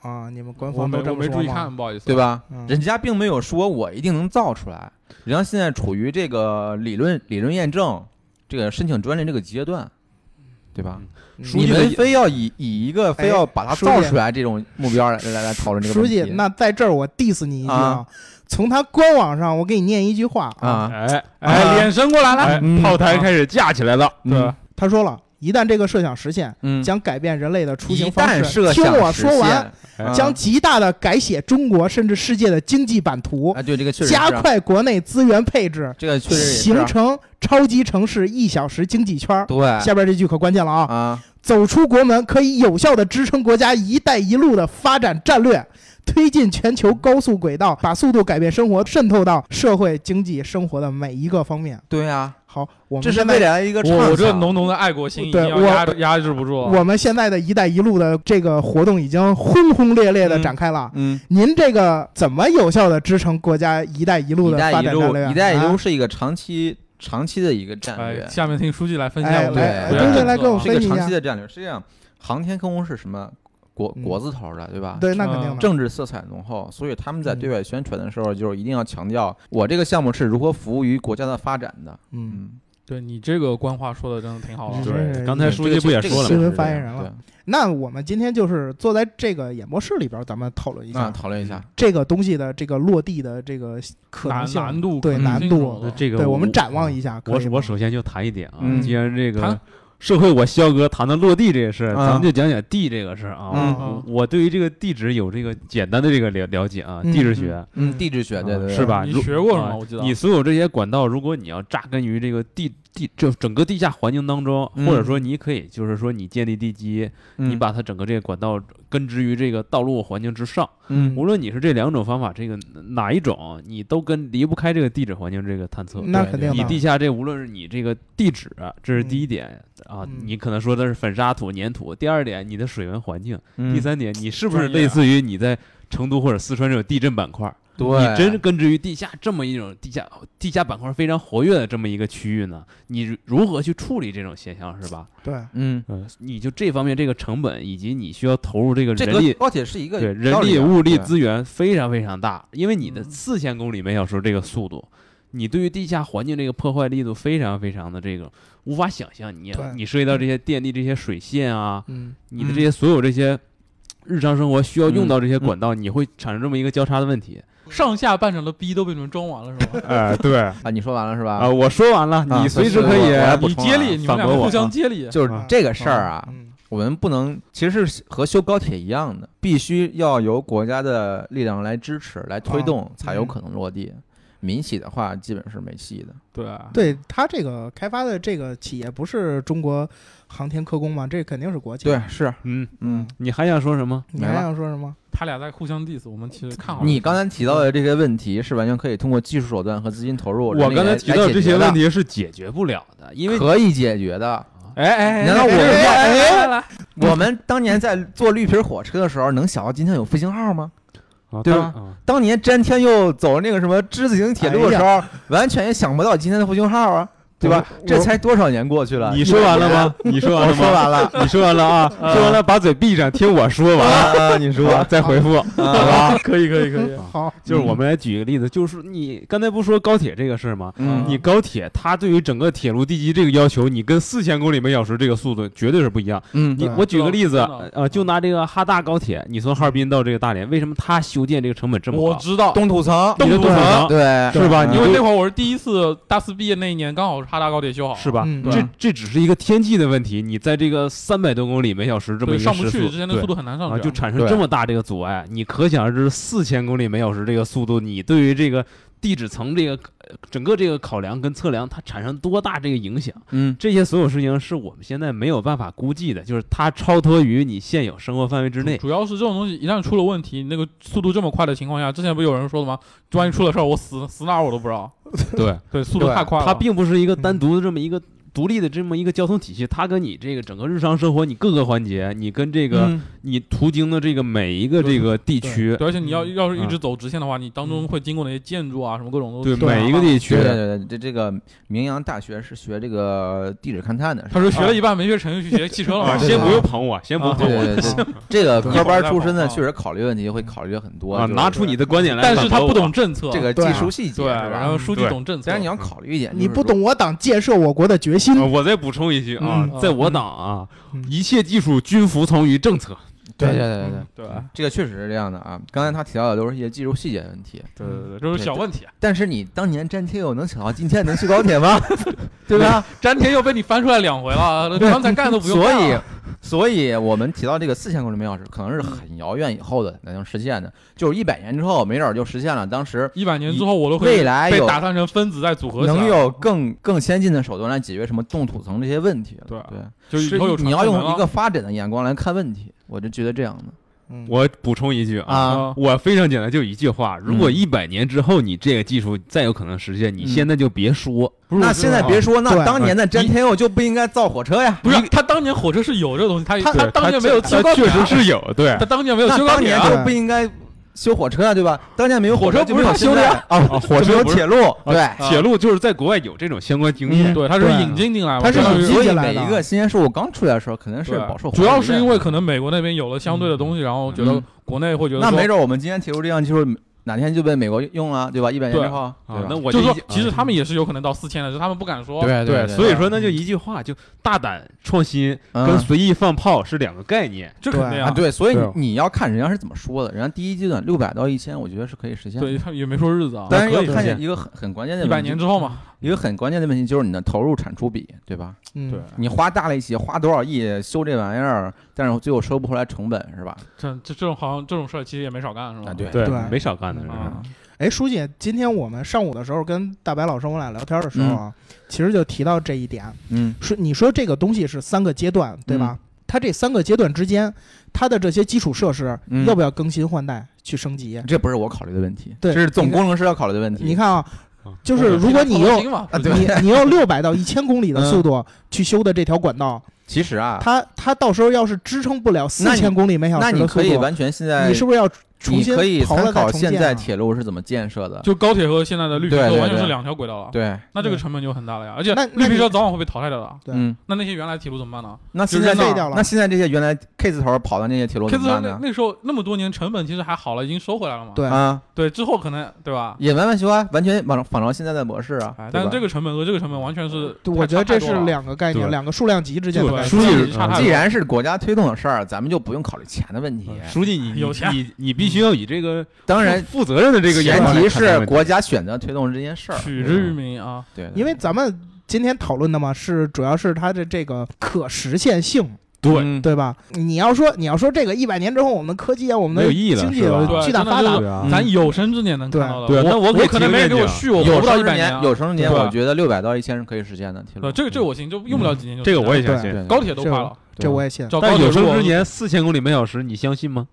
[SPEAKER 2] 啊，你们官
[SPEAKER 5] 我
[SPEAKER 2] 方
[SPEAKER 5] 没
[SPEAKER 2] 都这
[SPEAKER 5] 我
[SPEAKER 2] 么
[SPEAKER 5] 没
[SPEAKER 2] 说
[SPEAKER 5] 注意
[SPEAKER 2] 吗？
[SPEAKER 5] 看，不好意思，啊
[SPEAKER 4] 对？吧？
[SPEAKER 2] 嗯
[SPEAKER 4] 人家并没有说我一定能造出来，人家现在处于这个理论理论验证这个申请专利这个阶段，对吧？
[SPEAKER 2] 嗯
[SPEAKER 3] 书
[SPEAKER 4] 你
[SPEAKER 3] 记的
[SPEAKER 4] 们非要以以一个非要把它
[SPEAKER 2] 书记
[SPEAKER 4] 造出来这种目标来来来讨论这个
[SPEAKER 2] 哎书
[SPEAKER 4] 问
[SPEAKER 2] 记，
[SPEAKER 4] 题
[SPEAKER 2] 那在这儿我 diss 你一句啊
[SPEAKER 4] 啊，
[SPEAKER 2] 从他官网上我给你念一句话
[SPEAKER 4] 啊？
[SPEAKER 3] 哎
[SPEAKER 5] 哎，脸伸过来了，
[SPEAKER 3] 哎
[SPEAKER 4] 嗯，
[SPEAKER 3] 炮台开始架起来了，
[SPEAKER 5] 对，
[SPEAKER 2] 他说了一旦这个设想实现，
[SPEAKER 4] 嗯，
[SPEAKER 2] 将改变人类的出
[SPEAKER 4] 一
[SPEAKER 2] 行方
[SPEAKER 4] 旦
[SPEAKER 2] 式。
[SPEAKER 4] 设
[SPEAKER 2] 听
[SPEAKER 4] 想
[SPEAKER 2] 我
[SPEAKER 4] 实
[SPEAKER 2] 说完，
[SPEAKER 4] 现
[SPEAKER 3] 啊
[SPEAKER 2] 将极大的改写中国甚至世界的经济版图，
[SPEAKER 4] 啊，对这个确实是
[SPEAKER 2] 加快国内资源配置，
[SPEAKER 4] 这个确实也是
[SPEAKER 2] 形成超级城市一小时经济圈儿。
[SPEAKER 4] 对
[SPEAKER 2] 下边这句可关键了啊！
[SPEAKER 4] 啊，
[SPEAKER 2] 走出国门可以有效地支撑国家“一带一路”的发展战略，推进全球高速轨道，把速度改变生活渗透到社会、经济、生活的每一个方面。
[SPEAKER 4] 对啊，
[SPEAKER 2] 好，我们
[SPEAKER 4] 这是
[SPEAKER 2] 现
[SPEAKER 4] 未
[SPEAKER 2] 在
[SPEAKER 4] 来一个
[SPEAKER 5] 我我
[SPEAKER 4] 畅
[SPEAKER 5] 这
[SPEAKER 4] 想。
[SPEAKER 5] 浓浓的爱国心一定
[SPEAKER 2] 对
[SPEAKER 5] 要压着压制不住，
[SPEAKER 2] 我们现在的一带一路的这个活动已经轰轰烈烈地展开了。
[SPEAKER 4] 嗯，
[SPEAKER 2] 您这个怎么有效地支撑国家“一带一路”
[SPEAKER 4] 一
[SPEAKER 2] 的
[SPEAKER 4] 带
[SPEAKER 2] 发
[SPEAKER 4] 一
[SPEAKER 2] 展战
[SPEAKER 4] 路，
[SPEAKER 2] 略？
[SPEAKER 4] 一带一路
[SPEAKER 2] 啊，
[SPEAKER 4] 是一个长期长期的一个战略
[SPEAKER 5] 哎，，下面听书记来分享
[SPEAKER 2] 哎，
[SPEAKER 5] 我们的
[SPEAKER 2] 来，东西来
[SPEAKER 4] 对
[SPEAKER 5] 国家政策啊，
[SPEAKER 2] 跟我
[SPEAKER 4] 是一
[SPEAKER 2] 分
[SPEAKER 4] 个
[SPEAKER 2] 析一
[SPEAKER 4] 长期
[SPEAKER 2] 下。
[SPEAKER 4] 的战略。是这样，航天空是什么国国字头的，对吧？
[SPEAKER 2] 嗯对，嗯那肯定
[SPEAKER 5] 嗯
[SPEAKER 2] 的。
[SPEAKER 4] 政治色彩浓厚，所以他们在对外宣传的时候，就是一定要强调我这个项目是如何服务于国家的发展的。
[SPEAKER 2] 嗯，
[SPEAKER 4] 嗯，
[SPEAKER 5] 对你这个官话说的真的挺好的，
[SPEAKER 2] 嗯
[SPEAKER 3] 对，刚才书记不也
[SPEAKER 4] 这个
[SPEAKER 3] 说了
[SPEAKER 2] 新
[SPEAKER 3] 吗？
[SPEAKER 2] 闻发言人了，那我们今天就是坐在这个演播室里边儿，咱们讨论一
[SPEAKER 4] 对那
[SPEAKER 2] 下
[SPEAKER 4] 讨论一下，
[SPEAKER 2] 这个东西的这个落地的这个可能
[SPEAKER 5] 难
[SPEAKER 2] 性。
[SPEAKER 5] 难度
[SPEAKER 2] 对
[SPEAKER 5] 可能
[SPEAKER 2] 难
[SPEAKER 5] 性
[SPEAKER 2] 度
[SPEAKER 5] 什么的
[SPEAKER 3] 那这个
[SPEAKER 2] 对我们展望一下。可
[SPEAKER 3] 我
[SPEAKER 2] 以
[SPEAKER 3] 我
[SPEAKER 2] 吗
[SPEAKER 3] 首先就谈一点啊，
[SPEAKER 4] 嗯
[SPEAKER 3] 既然这个
[SPEAKER 5] 谈
[SPEAKER 3] 社会我肖哥谈到落地这个事儿，
[SPEAKER 4] 啊
[SPEAKER 3] 咱们就讲讲地这个事儿啊。
[SPEAKER 4] 嗯
[SPEAKER 3] 我我对于这个地质有这个简单的这个了了解啊，
[SPEAKER 2] 嗯
[SPEAKER 3] 地质学。
[SPEAKER 4] 嗯，地质学，对对对，
[SPEAKER 3] 是吧？
[SPEAKER 5] 你
[SPEAKER 3] 如
[SPEAKER 5] 学过是吗
[SPEAKER 3] 啊
[SPEAKER 5] 我记得
[SPEAKER 3] 你所有这些管道，如果你要扎根于这个地地，就整个地下环境当中，
[SPEAKER 4] 嗯
[SPEAKER 3] 或者说你可以就是说你建立地基，
[SPEAKER 4] 嗯？
[SPEAKER 3] 你把它整个这个管道根植于这个道路环境之上。
[SPEAKER 4] 嗯
[SPEAKER 3] 无论你是这两种方法，这个哪一种，你都跟离不开这个地质环境这个探测。
[SPEAKER 5] 嗯
[SPEAKER 2] 那
[SPEAKER 4] 对
[SPEAKER 2] 肯定
[SPEAKER 4] 对
[SPEAKER 3] 你
[SPEAKER 2] 的。
[SPEAKER 3] 地下这无论是你这个地址，这是第一点、啊
[SPEAKER 2] 嗯，
[SPEAKER 3] 你可能说的是粉沙土、粘土；第二点，你的水文环境；
[SPEAKER 4] 嗯
[SPEAKER 3] 第三点，你是不是
[SPEAKER 5] 专业啊
[SPEAKER 3] 类似于你在成都或者四川这种地震板块？
[SPEAKER 2] 嗯
[SPEAKER 4] 对，
[SPEAKER 3] 你真根植于地下这么一种地下地下板块非常活跃的这么一个区域呢？你如何去处理这种现象是吧？
[SPEAKER 2] 对，
[SPEAKER 4] 嗯，
[SPEAKER 3] 嗯，你就这方面这个成本以及你需要投入这个
[SPEAKER 4] 这
[SPEAKER 3] 人
[SPEAKER 4] 个
[SPEAKER 3] 力。
[SPEAKER 4] 高铁是一个
[SPEAKER 3] 对人
[SPEAKER 4] 道理
[SPEAKER 3] 力、
[SPEAKER 4] 啊
[SPEAKER 3] 物力
[SPEAKER 4] 对
[SPEAKER 3] 资源非常非常大，因为你的
[SPEAKER 5] 嗯
[SPEAKER 3] 四千公里每小时这个速度，你对于地下环境这个破坏力度非常非常的这个无法想象。你
[SPEAKER 2] 对
[SPEAKER 3] 你涉
[SPEAKER 4] 嗯
[SPEAKER 3] 及到这些电力、这些水线啊，
[SPEAKER 2] 嗯，
[SPEAKER 3] 你的这些所有这些日常生活需要用到这些
[SPEAKER 4] 嗯
[SPEAKER 3] 管道，你会产生这么一个交叉的问题。
[SPEAKER 5] 上下半场的逼都被你们装完了是吗？
[SPEAKER 3] 哎，对，
[SPEAKER 4] 啊，你说完了是吧？
[SPEAKER 3] 啊，我说完了，
[SPEAKER 4] 啊
[SPEAKER 3] 你随时可以
[SPEAKER 4] 我来补
[SPEAKER 5] 你
[SPEAKER 4] 充
[SPEAKER 5] 接
[SPEAKER 4] 啊
[SPEAKER 5] 力，你们
[SPEAKER 3] 反
[SPEAKER 5] 俩
[SPEAKER 3] 驳我
[SPEAKER 5] 互
[SPEAKER 3] 啊
[SPEAKER 5] 相接力，
[SPEAKER 4] 就是这个事儿啊，
[SPEAKER 2] 嗯
[SPEAKER 4] 我们不能，其实是和修高铁一样的，必须要由国家的力量来支持、来推动，才有可能落地。民企的话，基本是没戏的。
[SPEAKER 5] 对
[SPEAKER 2] 对他这个开发的这个企业不是中国航天科工吗？这肯定是国企。，
[SPEAKER 4] 对，是，
[SPEAKER 3] 嗯，
[SPEAKER 4] 嗯，
[SPEAKER 3] 你还想说什么？
[SPEAKER 2] 你还想说什么？
[SPEAKER 5] 他俩在互相 diss，我们其实看好了
[SPEAKER 4] 你刚才提到的这些问题是完全可以通过技术手段和资金投入，
[SPEAKER 3] 我刚才提到这些问
[SPEAKER 4] 题
[SPEAKER 3] 题是解决不了的，因为
[SPEAKER 4] 可以解决的。
[SPEAKER 3] 哎哎，
[SPEAKER 4] 难道我
[SPEAKER 3] 哎
[SPEAKER 4] 们
[SPEAKER 3] 哎哎哎哎
[SPEAKER 4] 我们当年在坐绿皮火车的时候，能想到今天有复兴号吗？
[SPEAKER 3] 哎
[SPEAKER 4] 对
[SPEAKER 3] 对
[SPEAKER 4] 吧
[SPEAKER 3] 吧？
[SPEAKER 4] 当年詹天佑走那个什么之字形铁路的时候，完全也想不到今天的复兴号啊，对吧？
[SPEAKER 3] 我
[SPEAKER 4] 这才多少年过去了？
[SPEAKER 3] 啊你说完了吗？你说完
[SPEAKER 4] 我
[SPEAKER 3] 了
[SPEAKER 4] 说
[SPEAKER 3] 吗？
[SPEAKER 4] 完了
[SPEAKER 3] 你说完了啊？说完了，把嘴闭上，听我说完，
[SPEAKER 4] 啊，你说
[SPEAKER 3] 好再回复，好吧？啊
[SPEAKER 5] 可以可以可以
[SPEAKER 2] 嗯，
[SPEAKER 4] 啊
[SPEAKER 2] 好，
[SPEAKER 3] 就是我们来举一个例子，就是你刚才不说高铁这个事儿吗？
[SPEAKER 4] 嗯
[SPEAKER 3] 你高铁它对于整个铁路地基这个要求，你跟四千公里每小时这个速度绝对是不一样。
[SPEAKER 4] 嗯
[SPEAKER 3] 你
[SPEAKER 2] 对
[SPEAKER 3] 我举个例子
[SPEAKER 5] 真的，
[SPEAKER 3] 呃，就拿这个哈大高铁，你从哈尔滨到这个大连，为什么它修建这个成本这么
[SPEAKER 5] 我
[SPEAKER 3] 高？
[SPEAKER 5] 知道，
[SPEAKER 4] 东土层，
[SPEAKER 3] 你的动
[SPEAKER 5] 动不
[SPEAKER 3] 能
[SPEAKER 5] 能
[SPEAKER 4] 对，
[SPEAKER 3] 是吧？
[SPEAKER 4] 嗯
[SPEAKER 3] 你
[SPEAKER 5] 因为
[SPEAKER 3] 就
[SPEAKER 5] 那会儿我是第一次大四毕业那一年，刚好是哈大高铁修好，
[SPEAKER 3] 是吧？
[SPEAKER 2] 嗯
[SPEAKER 3] 这这只是一个天气的问题，你在这个三百多公里每小时这么
[SPEAKER 5] 对，
[SPEAKER 3] 一个
[SPEAKER 5] 上不
[SPEAKER 3] 时
[SPEAKER 5] 去，
[SPEAKER 3] 速
[SPEAKER 5] 之前那
[SPEAKER 3] 对
[SPEAKER 5] 个速度很难上
[SPEAKER 3] 啊，
[SPEAKER 5] 去，
[SPEAKER 3] 就产生这么大这个阻碍，你可想而知，四千公里每小时这个速度，你对于这个地质层这个呃整个这个考量跟测量，它产生多大这个影响？
[SPEAKER 4] 嗯
[SPEAKER 3] 这些所有事情是我们现在没有办法估计的，就是它超脱于你现有生活范围之内。
[SPEAKER 5] 主要是这种东西一旦出了问题，那个速度这么快的情况下，之前不是有人说的吗？万一出了事儿，我死死哪儿我都不知道。
[SPEAKER 3] 对，
[SPEAKER 5] 对，速度
[SPEAKER 4] 对
[SPEAKER 5] 太快了。
[SPEAKER 3] 它并不是一个单独的这么一个独立的这么一个交通体系，它跟你这个整个日常生活，你各个环节，你跟这个
[SPEAKER 4] 嗯
[SPEAKER 3] 你途经的这个每一个这个地区，
[SPEAKER 5] 对，而且你要
[SPEAKER 2] 嗯
[SPEAKER 5] 要是一直走直线的话，你当中会经过那些建筑啊，什么各种都
[SPEAKER 3] 嗯对
[SPEAKER 5] 挺麻烦
[SPEAKER 3] 每一个地区
[SPEAKER 4] 对，对对，对这这个明阳大学是学这个地质勘探的，是吧
[SPEAKER 5] 他 说学了一半没学成，就去学汽车了
[SPEAKER 3] 啊
[SPEAKER 5] 嘛。
[SPEAKER 4] 对
[SPEAKER 3] 先
[SPEAKER 4] 对
[SPEAKER 3] 不用捧我，先不用
[SPEAKER 5] 啊
[SPEAKER 3] 捧
[SPEAKER 4] 对
[SPEAKER 2] 嗯
[SPEAKER 3] 我。
[SPEAKER 4] 对对，这个科班出身的
[SPEAKER 5] 啊
[SPEAKER 4] 确实考虑问题会考虑很多，
[SPEAKER 3] 啊，
[SPEAKER 4] 就是
[SPEAKER 3] 拿出你的观点来反驳我，
[SPEAKER 5] 但是他不懂政策，
[SPEAKER 4] 这个技术细节
[SPEAKER 5] 对，
[SPEAKER 4] 是
[SPEAKER 5] 然
[SPEAKER 4] 吧？
[SPEAKER 5] 后书记
[SPEAKER 3] 对
[SPEAKER 5] 懂政策
[SPEAKER 4] 虽然你。要考虑一点，
[SPEAKER 2] 你
[SPEAKER 4] 就是
[SPEAKER 2] 不
[SPEAKER 4] 说
[SPEAKER 2] 懂我党建设我国的决心
[SPEAKER 3] 呃。我再补充一句啊，
[SPEAKER 2] 嗯
[SPEAKER 3] 在我党啊，
[SPEAKER 2] 嗯
[SPEAKER 3] 一切技术均服从于政策。
[SPEAKER 4] 对对对对对，
[SPEAKER 5] 对
[SPEAKER 4] 这个确实是这样的啊。刚才他提到的都是一些技术细节问题，
[SPEAKER 5] 对对对，就是小问题。啊
[SPEAKER 4] 但是你当年詹天佑能想到今天能去高铁 吗？对吧？
[SPEAKER 5] 詹天佑被你翻出来两回了，刚才干都不用
[SPEAKER 4] 所
[SPEAKER 5] 干了。
[SPEAKER 4] 以，所以我们提到这个四千公里每小时，可能是很遥远以后的才能实现的，就是一百年之后，没准儿就实现了。当时
[SPEAKER 5] 一百年之后，我都会
[SPEAKER 4] 未来
[SPEAKER 5] 被
[SPEAKER 4] 有
[SPEAKER 5] 打散成分子再组合起来。
[SPEAKER 4] 能有更更先进的手段来解决什么冻土层这些问题了。
[SPEAKER 5] 对
[SPEAKER 3] 啊
[SPEAKER 4] 对，
[SPEAKER 5] 就是以后有
[SPEAKER 4] 你要
[SPEAKER 5] 传送门
[SPEAKER 4] 用一
[SPEAKER 5] 了
[SPEAKER 4] 个发展的眼光来看问题，我就觉得这样的
[SPEAKER 2] 嗯
[SPEAKER 3] 我补充一句啊。
[SPEAKER 4] 啊，
[SPEAKER 5] 啊
[SPEAKER 3] 我非常简单，就一句话：如果
[SPEAKER 4] 嗯
[SPEAKER 3] 一百年之后你这个技术再有可能实现，你
[SPEAKER 4] 嗯
[SPEAKER 3] 现在就别说。
[SPEAKER 4] 那现在别说，那
[SPEAKER 2] 对
[SPEAKER 4] 当年的詹天佑就不应该造火车呀。
[SPEAKER 5] 不是他当年火车是有这东西，他
[SPEAKER 4] 他
[SPEAKER 5] 他当年没有
[SPEAKER 3] 它
[SPEAKER 5] 修高铁
[SPEAKER 3] 确
[SPEAKER 5] 啊，
[SPEAKER 3] 实是有对
[SPEAKER 5] 他。当年没有
[SPEAKER 4] 那
[SPEAKER 5] 修高
[SPEAKER 4] 当
[SPEAKER 5] 铁
[SPEAKER 4] 年
[SPEAKER 5] 啊。
[SPEAKER 4] 就不应该修火车啊，对吧？当年没有
[SPEAKER 5] 火车
[SPEAKER 4] 车就没有
[SPEAKER 5] 不是他修的呀
[SPEAKER 4] 现在
[SPEAKER 3] 啊
[SPEAKER 4] 啊，
[SPEAKER 3] 火车
[SPEAKER 4] 就没有
[SPEAKER 3] 不是
[SPEAKER 4] 铁路，对。
[SPEAKER 3] 铁路就是在国外有这种相关经验，
[SPEAKER 5] 对，他
[SPEAKER 4] 啊
[SPEAKER 5] 是引进进来嘛，
[SPEAKER 2] 他是
[SPEAKER 5] 就
[SPEAKER 2] 引进
[SPEAKER 4] 所以
[SPEAKER 2] 进来
[SPEAKER 4] 每
[SPEAKER 2] 的
[SPEAKER 4] 一个新鲜事物刚出来的时候，肯定是
[SPEAKER 5] 对
[SPEAKER 4] 饱受
[SPEAKER 5] 主要是因为可
[SPEAKER 4] 能
[SPEAKER 5] 能美国那边有了相对的东西，然后觉得
[SPEAKER 4] 嗯
[SPEAKER 5] 国内会觉得
[SPEAKER 4] 那
[SPEAKER 5] 说
[SPEAKER 4] 没准我们今天提出这样技术，哪天就被美国用了，对吧？一百年之后，对
[SPEAKER 3] 啊
[SPEAKER 4] 吧，
[SPEAKER 3] 那我
[SPEAKER 5] 就是
[SPEAKER 3] 一
[SPEAKER 5] 说
[SPEAKER 3] 句，
[SPEAKER 5] 其实
[SPEAKER 3] 啊
[SPEAKER 5] 他们也是有可能到四千的，只是他们不敢说。
[SPEAKER 4] 嗯对
[SPEAKER 3] 对，所以说那就
[SPEAKER 2] 嗯
[SPEAKER 3] 一句话，就大胆创新跟
[SPEAKER 4] 嗯
[SPEAKER 3] 随意放炮是两个概念。
[SPEAKER 5] 这肯定
[SPEAKER 4] 啊，
[SPEAKER 5] 啊。
[SPEAKER 4] 对，所以
[SPEAKER 3] 对
[SPEAKER 4] 你要看人家是怎么说的。人家第一阶段六百到一千，我觉得是可以实现的。
[SPEAKER 5] 对，他也没说日子啊，
[SPEAKER 4] 但是
[SPEAKER 3] 可
[SPEAKER 4] 要
[SPEAKER 3] 以实
[SPEAKER 4] 看
[SPEAKER 3] 现
[SPEAKER 4] 见一个很很关键的
[SPEAKER 5] 一百
[SPEAKER 4] 问题
[SPEAKER 5] 年之后嘛，
[SPEAKER 4] 一个很关键的问题就是你的投入产出比，对吧？
[SPEAKER 2] 嗯
[SPEAKER 5] 对，
[SPEAKER 4] 你花大力气，花多少亿修这玩意儿，但是最后收不回来成本，是吧？
[SPEAKER 5] 这这这种好像这种事儿其实也没少干，是吧？
[SPEAKER 4] 啊对
[SPEAKER 3] 对
[SPEAKER 2] 对
[SPEAKER 3] 没少干的人。
[SPEAKER 5] 啊，
[SPEAKER 2] 哎，书记，今天我们上午的时候跟大白老师我们俩聊天的时候啊，其实就提到这一点，
[SPEAKER 4] 嗯，
[SPEAKER 2] 说你说这个东西是三个阶段，对吧？它这三个阶段之间，它的这些基础设施
[SPEAKER 4] 嗯
[SPEAKER 2] 要不要更新换代去升级？
[SPEAKER 4] 这不是我考虑的问题，
[SPEAKER 2] 对
[SPEAKER 4] 这是总工程师要考虑的问题。
[SPEAKER 2] 你看啊
[SPEAKER 3] 嗯，
[SPEAKER 2] 就是如果你
[SPEAKER 5] 用
[SPEAKER 2] 用
[SPEAKER 4] 啊
[SPEAKER 2] 你你用六百到一千公里的
[SPEAKER 4] 嗯
[SPEAKER 2] 速度去修的这条管道，
[SPEAKER 4] 其实啊，
[SPEAKER 2] 它它到时候要是支撑不了四
[SPEAKER 4] 那
[SPEAKER 2] 千
[SPEAKER 4] 你
[SPEAKER 2] 公里每小
[SPEAKER 4] 那
[SPEAKER 2] 时
[SPEAKER 4] 你
[SPEAKER 2] 的速
[SPEAKER 4] 可以
[SPEAKER 2] 度，
[SPEAKER 4] 完全现在
[SPEAKER 2] 你是不是要重
[SPEAKER 4] 啊你
[SPEAKER 2] 新
[SPEAKER 4] 可以
[SPEAKER 2] 刨了
[SPEAKER 4] 参
[SPEAKER 2] 再
[SPEAKER 4] 考
[SPEAKER 2] 重
[SPEAKER 4] 现
[SPEAKER 2] 建
[SPEAKER 4] 在
[SPEAKER 2] 啊
[SPEAKER 4] 铁路是怎么建设的？
[SPEAKER 5] 就高铁和现在的绿皮
[SPEAKER 4] 对
[SPEAKER 5] 车
[SPEAKER 4] 对
[SPEAKER 5] 完全是
[SPEAKER 4] 对
[SPEAKER 5] 两条轨道了，
[SPEAKER 4] 对，
[SPEAKER 5] 那这个成本就很大了呀。而且
[SPEAKER 2] 那那
[SPEAKER 5] 绿皮
[SPEAKER 2] 你
[SPEAKER 5] 车早晚会被淘汰掉的，啊
[SPEAKER 2] 对
[SPEAKER 4] 嗯，
[SPEAKER 5] 那那些原来铁路怎么办呢
[SPEAKER 4] 那
[SPEAKER 5] 就
[SPEAKER 4] 现在
[SPEAKER 5] 扔
[SPEAKER 4] 那
[SPEAKER 2] 掉了
[SPEAKER 4] 那现在这些原来 K 字头跑的那些铁路
[SPEAKER 5] ？K
[SPEAKER 4] 怎
[SPEAKER 5] 字
[SPEAKER 4] 么办
[SPEAKER 5] 那
[SPEAKER 4] 呢？
[SPEAKER 5] 那时候那么多年成本其实还好了，已经收回来了嘛。
[SPEAKER 2] 对
[SPEAKER 4] 啊，
[SPEAKER 5] 对，之后可能对吧？
[SPEAKER 4] 也慢慢修啊，完全仿仿照现在的模式啊
[SPEAKER 5] 哎，，
[SPEAKER 4] 对
[SPEAKER 5] 但
[SPEAKER 4] 吧
[SPEAKER 5] 是这个成本和这个成本完全是
[SPEAKER 2] 对
[SPEAKER 5] 太，
[SPEAKER 2] 我觉得这
[SPEAKER 5] 差太多
[SPEAKER 2] 是
[SPEAKER 5] 了
[SPEAKER 2] 两个概念，
[SPEAKER 3] 对
[SPEAKER 2] 两个数量级之间的
[SPEAKER 5] 对
[SPEAKER 2] 概
[SPEAKER 3] 书
[SPEAKER 2] 念。
[SPEAKER 3] 记
[SPEAKER 5] 差太多了
[SPEAKER 4] 既然是国家推动的事儿，咱们就不用考虑钱的问题。
[SPEAKER 3] 书记，你
[SPEAKER 5] 有
[SPEAKER 3] 你
[SPEAKER 5] 钱
[SPEAKER 3] 你你必须要以这个
[SPEAKER 4] 当然，
[SPEAKER 3] 负责任的这个眼
[SPEAKER 4] 前
[SPEAKER 3] 光来
[SPEAKER 4] 提
[SPEAKER 3] 看待
[SPEAKER 4] 是
[SPEAKER 3] 问题
[SPEAKER 4] 国家选择推动这件事儿，
[SPEAKER 5] 取之于民啊。
[SPEAKER 4] 对，对
[SPEAKER 2] 因为咱们今天讨论的嘛，是主要是它的这个可实现性，
[SPEAKER 3] 对
[SPEAKER 4] 嗯
[SPEAKER 2] 对吧？你要说你要说这个一百年之后，我们的科技啊，我们
[SPEAKER 3] 没有
[SPEAKER 2] 的
[SPEAKER 3] 意义了
[SPEAKER 2] 经济
[SPEAKER 3] 是吧
[SPEAKER 2] 有
[SPEAKER 5] 对
[SPEAKER 2] 巨大
[SPEAKER 5] 真的
[SPEAKER 2] 发
[SPEAKER 5] 就
[SPEAKER 2] 达
[SPEAKER 5] 是，
[SPEAKER 3] 啊
[SPEAKER 4] 嗯啊
[SPEAKER 5] 咱有生之年能看到的，
[SPEAKER 3] 对对那我
[SPEAKER 5] 我
[SPEAKER 3] 给
[SPEAKER 5] 可能
[SPEAKER 3] 提个
[SPEAKER 5] 没人给我
[SPEAKER 3] 愿景
[SPEAKER 5] 续，我活
[SPEAKER 4] 有
[SPEAKER 5] 不到
[SPEAKER 4] 生
[SPEAKER 5] 一
[SPEAKER 4] 之
[SPEAKER 5] 百
[SPEAKER 4] 年，
[SPEAKER 5] 啊。
[SPEAKER 4] 有生之年，
[SPEAKER 5] 对吧
[SPEAKER 4] 我觉得六百到一千是可以实现的。铁路
[SPEAKER 5] 对，这个这个我信，就用
[SPEAKER 4] 嗯
[SPEAKER 5] 不了几年就
[SPEAKER 3] 这个我也
[SPEAKER 2] 对
[SPEAKER 3] 相信。
[SPEAKER 4] 对
[SPEAKER 5] 高铁都快了，
[SPEAKER 2] 这我也信。
[SPEAKER 5] 找高
[SPEAKER 3] 但
[SPEAKER 5] 铁
[SPEAKER 3] 有
[SPEAKER 5] 如
[SPEAKER 3] 生
[SPEAKER 5] 果
[SPEAKER 3] 之年四千公里每小时，你相信吗？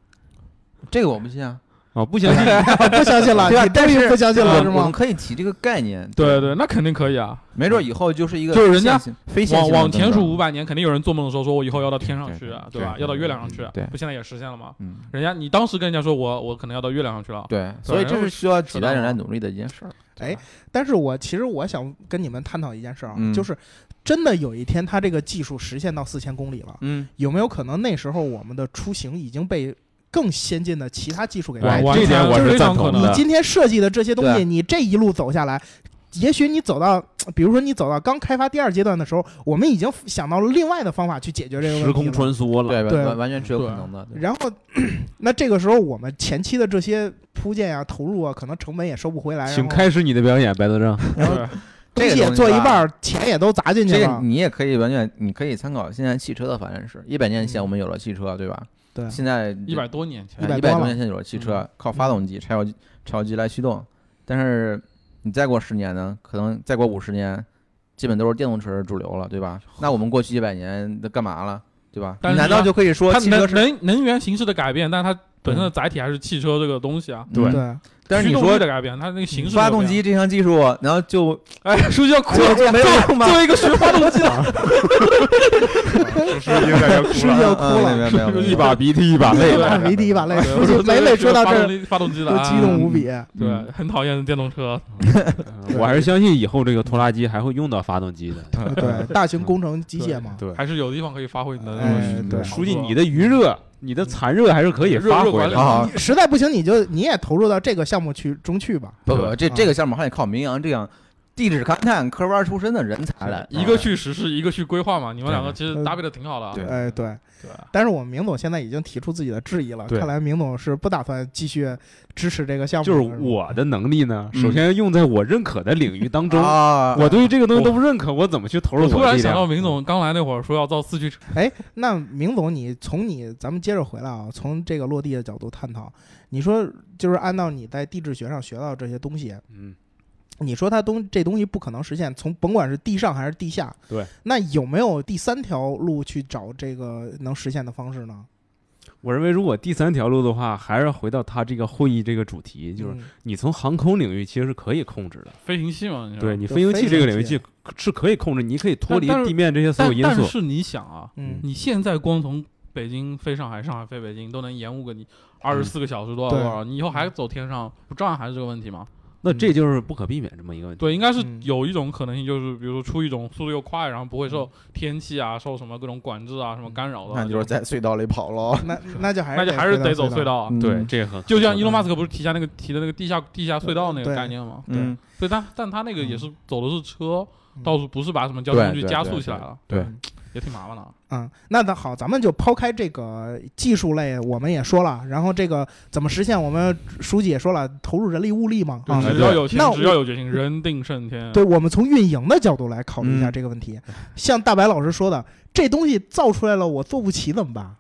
[SPEAKER 4] 这个我不信啊，
[SPEAKER 3] 啊，不相信
[SPEAKER 2] 不相信了，
[SPEAKER 4] 对吧
[SPEAKER 2] 你终
[SPEAKER 4] 但
[SPEAKER 2] 于
[SPEAKER 4] 是
[SPEAKER 2] 不相信
[SPEAKER 4] 我
[SPEAKER 2] 了
[SPEAKER 5] 呃
[SPEAKER 2] 啊是
[SPEAKER 4] 我们
[SPEAKER 2] 吗？
[SPEAKER 4] 可以提这个概念，
[SPEAKER 5] 对对，那肯定可以啊。
[SPEAKER 4] 没准以后就是一个
[SPEAKER 5] 就是人家
[SPEAKER 4] 线性非线
[SPEAKER 5] 往
[SPEAKER 4] 性的
[SPEAKER 5] 往
[SPEAKER 4] 增
[SPEAKER 5] 前
[SPEAKER 4] 长
[SPEAKER 5] 数五百年，肯定有人做梦的时候说，我以后要到天上
[SPEAKER 4] 对
[SPEAKER 5] 去啊，
[SPEAKER 4] 对
[SPEAKER 5] 对吧？
[SPEAKER 4] 对
[SPEAKER 5] 要到
[SPEAKER 4] 对
[SPEAKER 5] 月亮上去啊
[SPEAKER 4] 对，
[SPEAKER 5] 不现在也实现了吗？
[SPEAKER 4] 嗯，
[SPEAKER 5] 人家你当时跟人家说我我可能要到月亮上去了，
[SPEAKER 4] 对，所以这是需要几代人来努力的一件事儿。
[SPEAKER 2] 但是我其实我想跟你们探讨一件事儿啊，
[SPEAKER 4] 嗯
[SPEAKER 2] 就是真的有一天它这个技术实现到四千公里了，
[SPEAKER 4] 嗯，
[SPEAKER 2] 有没有可能那时候我们的出行已经被更先进的其他技术给
[SPEAKER 3] 哎
[SPEAKER 2] 代
[SPEAKER 5] 完
[SPEAKER 2] 替了？
[SPEAKER 3] 这
[SPEAKER 5] 完
[SPEAKER 3] 点
[SPEAKER 5] 全
[SPEAKER 3] 我是
[SPEAKER 5] 非常
[SPEAKER 3] 赞同
[SPEAKER 5] 可
[SPEAKER 3] 的
[SPEAKER 5] 能
[SPEAKER 2] 你
[SPEAKER 5] 的。
[SPEAKER 2] 今天设计的这些东
[SPEAKER 4] 对
[SPEAKER 2] 西，你这一路走下来，也许你走到，比如说你走到刚开发第二阶段的时候，我们已经想到了另外的方法去解决这个问题
[SPEAKER 3] 时空
[SPEAKER 2] 了
[SPEAKER 3] 穿梭了。
[SPEAKER 4] 对，
[SPEAKER 2] 对
[SPEAKER 4] 完完完全是有可能的。对
[SPEAKER 2] 然后， 那这个时候我们前期的这些铺建啊、投入啊，可能成本也收不回来，
[SPEAKER 3] 请
[SPEAKER 2] 然后
[SPEAKER 3] 开始你的表演，白德正。
[SPEAKER 2] 东
[SPEAKER 5] 对，
[SPEAKER 4] 这
[SPEAKER 2] 西
[SPEAKER 4] 个
[SPEAKER 2] 也
[SPEAKER 4] 东西
[SPEAKER 2] 做一
[SPEAKER 4] 吧
[SPEAKER 2] 半儿，钱也都砸进去
[SPEAKER 4] 这
[SPEAKER 2] 了
[SPEAKER 4] 个。你也可以完全，你可以参考现在汽车的发展史。一百年前我们有了汽车，对吧？
[SPEAKER 2] 对
[SPEAKER 4] 现在
[SPEAKER 5] 一百多年前
[SPEAKER 2] 100
[SPEAKER 4] 一
[SPEAKER 2] 多
[SPEAKER 4] 百
[SPEAKER 2] 了
[SPEAKER 4] 多年前有了汽嗯车，靠发动机、柴油机、柴油机来驱动。但是你再过十年呢，可能再过五十年，基本都是电动车是主流了，对吧？那我们过去一百年都干嘛了，对吧？
[SPEAKER 5] 但是
[SPEAKER 4] 难道
[SPEAKER 5] 呢
[SPEAKER 4] 就可以说
[SPEAKER 5] 它
[SPEAKER 4] 汽车
[SPEAKER 5] 能
[SPEAKER 4] 是？
[SPEAKER 5] 能能源形式的改变，但它本
[SPEAKER 4] 嗯
[SPEAKER 5] 身的载体还是汽车这个东西啊。
[SPEAKER 4] 对
[SPEAKER 2] 对，
[SPEAKER 4] 但是你
[SPEAKER 5] 驱动力
[SPEAKER 4] 说
[SPEAKER 5] 的改变，它那个形式没有
[SPEAKER 4] 发动
[SPEAKER 5] 变，
[SPEAKER 4] 机这项技术，然后就
[SPEAKER 5] 哎，书记要哭了，
[SPEAKER 4] 就就没有用吗
[SPEAKER 5] 作为一个学发动机的，
[SPEAKER 6] 叔叔已经感觉哭
[SPEAKER 2] 是 不是
[SPEAKER 6] 了，
[SPEAKER 2] 就哭
[SPEAKER 4] 嗯
[SPEAKER 2] 了？
[SPEAKER 4] 没有没 有没有，
[SPEAKER 6] 一把鼻涕一把泪
[SPEAKER 5] 对。
[SPEAKER 2] 啊 没第一把泪，
[SPEAKER 5] 对
[SPEAKER 2] 估计 每每说到这
[SPEAKER 5] 发
[SPEAKER 2] 儿
[SPEAKER 5] 动力发动机的
[SPEAKER 2] 都
[SPEAKER 5] 啊，
[SPEAKER 2] 激动嗯无比。
[SPEAKER 5] 对，很讨厌电动车，
[SPEAKER 3] 我还是相信以后这个拖拉机还会用到发动机的。 嗯
[SPEAKER 2] 对，大型工程机械嘛，
[SPEAKER 6] 对，
[SPEAKER 5] 还是有地方可以发挥你的那
[SPEAKER 2] 哎
[SPEAKER 5] 个。，
[SPEAKER 2] 对。
[SPEAKER 3] 书记，你的余热、你的残热还是可以
[SPEAKER 5] 热
[SPEAKER 3] 发挥
[SPEAKER 5] 热管
[SPEAKER 3] 的
[SPEAKER 5] 理。
[SPEAKER 4] 好好
[SPEAKER 2] 实在不行，你就你也投入到这个项目去中去吧。
[SPEAKER 4] 不不，这这
[SPEAKER 2] 啊
[SPEAKER 4] 个项目还得靠明阳这样地质勘探科班出身的人才来。
[SPEAKER 5] 一个去实施，一个去规划嘛，你们
[SPEAKER 4] 对
[SPEAKER 5] 两个其
[SPEAKER 2] 呃
[SPEAKER 5] 实搭配的挺好的啊。
[SPEAKER 4] 对
[SPEAKER 2] 哎，对。
[SPEAKER 5] 对，
[SPEAKER 2] 但是我们明总现在已经提出自己的质疑了，
[SPEAKER 6] 对
[SPEAKER 2] 看来明总是不打算继续支持这个项目
[SPEAKER 3] 就是
[SPEAKER 2] 了。
[SPEAKER 3] 我的能力呢，
[SPEAKER 4] 嗯
[SPEAKER 3] 首先用在我认可的领域当中。
[SPEAKER 4] 啊，
[SPEAKER 3] 我对于这个东西都不认可，我怎么去投入
[SPEAKER 5] 我
[SPEAKER 3] 我的
[SPEAKER 5] 突然
[SPEAKER 3] 力量
[SPEAKER 5] 想到明，总刚来那会儿说要造四驱车，
[SPEAKER 2] 哎，那明总，你从你咱们接着回来啊，从这个落地的角度探讨，你说就是按照你在地质学上学到这些东西，
[SPEAKER 3] 嗯，
[SPEAKER 2] 你说它东这东西不可能实现，从甭管是地上还是地下，
[SPEAKER 3] 对，
[SPEAKER 2] 那有没有第三条路去找这个能实现的方式呢？
[SPEAKER 3] 我认为如果第三条路的话，还是回到他这个会议这个主题，就是
[SPEAKER 2] 嗯
[SPEAKER 3] 你从航空领域其实是可以控制的，
[SPEAKER 5] 飞行器嘛，你知道
[SPEAKER 3] 对
[SPEAKER 5] 吗，
[SPEAKER 3] 你
[SPEAKER 2] 就
[SPEAKER 3] 飞行
[SPEAKER 2] 飞
[SPEAKER 3] 器这
[SPEAKER 2] 行
[SPEAKER 3] 个领域
[SPEAKER 2] 器
[SPEAKER 3] 是是可以控制，你可以脱
[SPEAKER 5] 但
[SPEAKER 3] 离
[SPEAKER 5] 但是
[SPEAKER 3] 地面这些所有
[SPEAKER 5] 但
[SPEAKER 3] 因
[SPEAKER 5] 但
[SPEAKER 3] 素。
[SPEAKER 5] 是你想啊，
[SPEAKER 2] 嗯，
[SPEAKER 5] 你现在光从北京飞上海，上海飞北京都能延误个你二十四个小时多
[SPEAKER 2] 嗯
[SPEAKER 5] 少
[SPEAKER 2] 对
[SPEAKER 5] 多少，你以后还走天上，不照样还是这个问题吗？
[SPEAKER 3] 那这就是不可避免这么一个问题。
[SPEAKER 5] 对，应该是
[SPEAKER 2] 嗯
[SPEAKER 5] 有一种可能性，就是比如说出一种速度又快，然后不会
[SPEAKER 2] 嗯
[SPEAKER 5] 受天气啊、受什么各种管制啊、什么干扰的，
[SPEAKER 4] 那就是在隧道里跑嗯喽。
[SPEAKER 2] 那那就还是
[SPEAKER 5] 那就还是得走隧
[SPEAKER 2] 道。嗯
[SPEAKER 5] 道啊。
[SPEAKER 3] 对，这个很
[SPEAKER 5] 就像伊隆
[SPEAKER 3] 很
[SPEAKER 5] 马斯克不是提下那个提的那个地下地下隧道那个
[SPEAKER 2] 对
[SPEAKER 5] 概念吗？
[SPEAKER 4] 嗯，
[SPEAKER 5] 对，但但他那个也是走的是车，
[SPEAKER 2] 嗯
[SPEAKER 5] 倒是不是把什么交通工具
[SPEAKER 4] 对对
[SPEAKER 5] 加
[SPEAKER 4] 对
[SPEAKER 5] 速起
[SPEAKER 4] 对
[SPEAKER 5] 来了，
[SPEAKER 4] 对
[SPEAKER 2] 嗯
[SPEAKER 5] 也挺麻烦的啊。
[SPEAKER 2] 嗯，那那好，咱们就抛开这个技术类，我们也说了，然后这个怎么实现，我们书记也说了，投入人力物力嘛，啊，
[SPEAKER 5] 只要有钱
[SPEAKER 2] 那，
[SPEAKER 5] 只要有决心，人定胜天。啊
[SPEAKER 2] 对，我们从运营的角度来考虑一下
[SPEAKER 4] 嗯
[SPEAKER 2] 这个问题。像大白老师说的，这东西造出来了，我做不齐怎么办？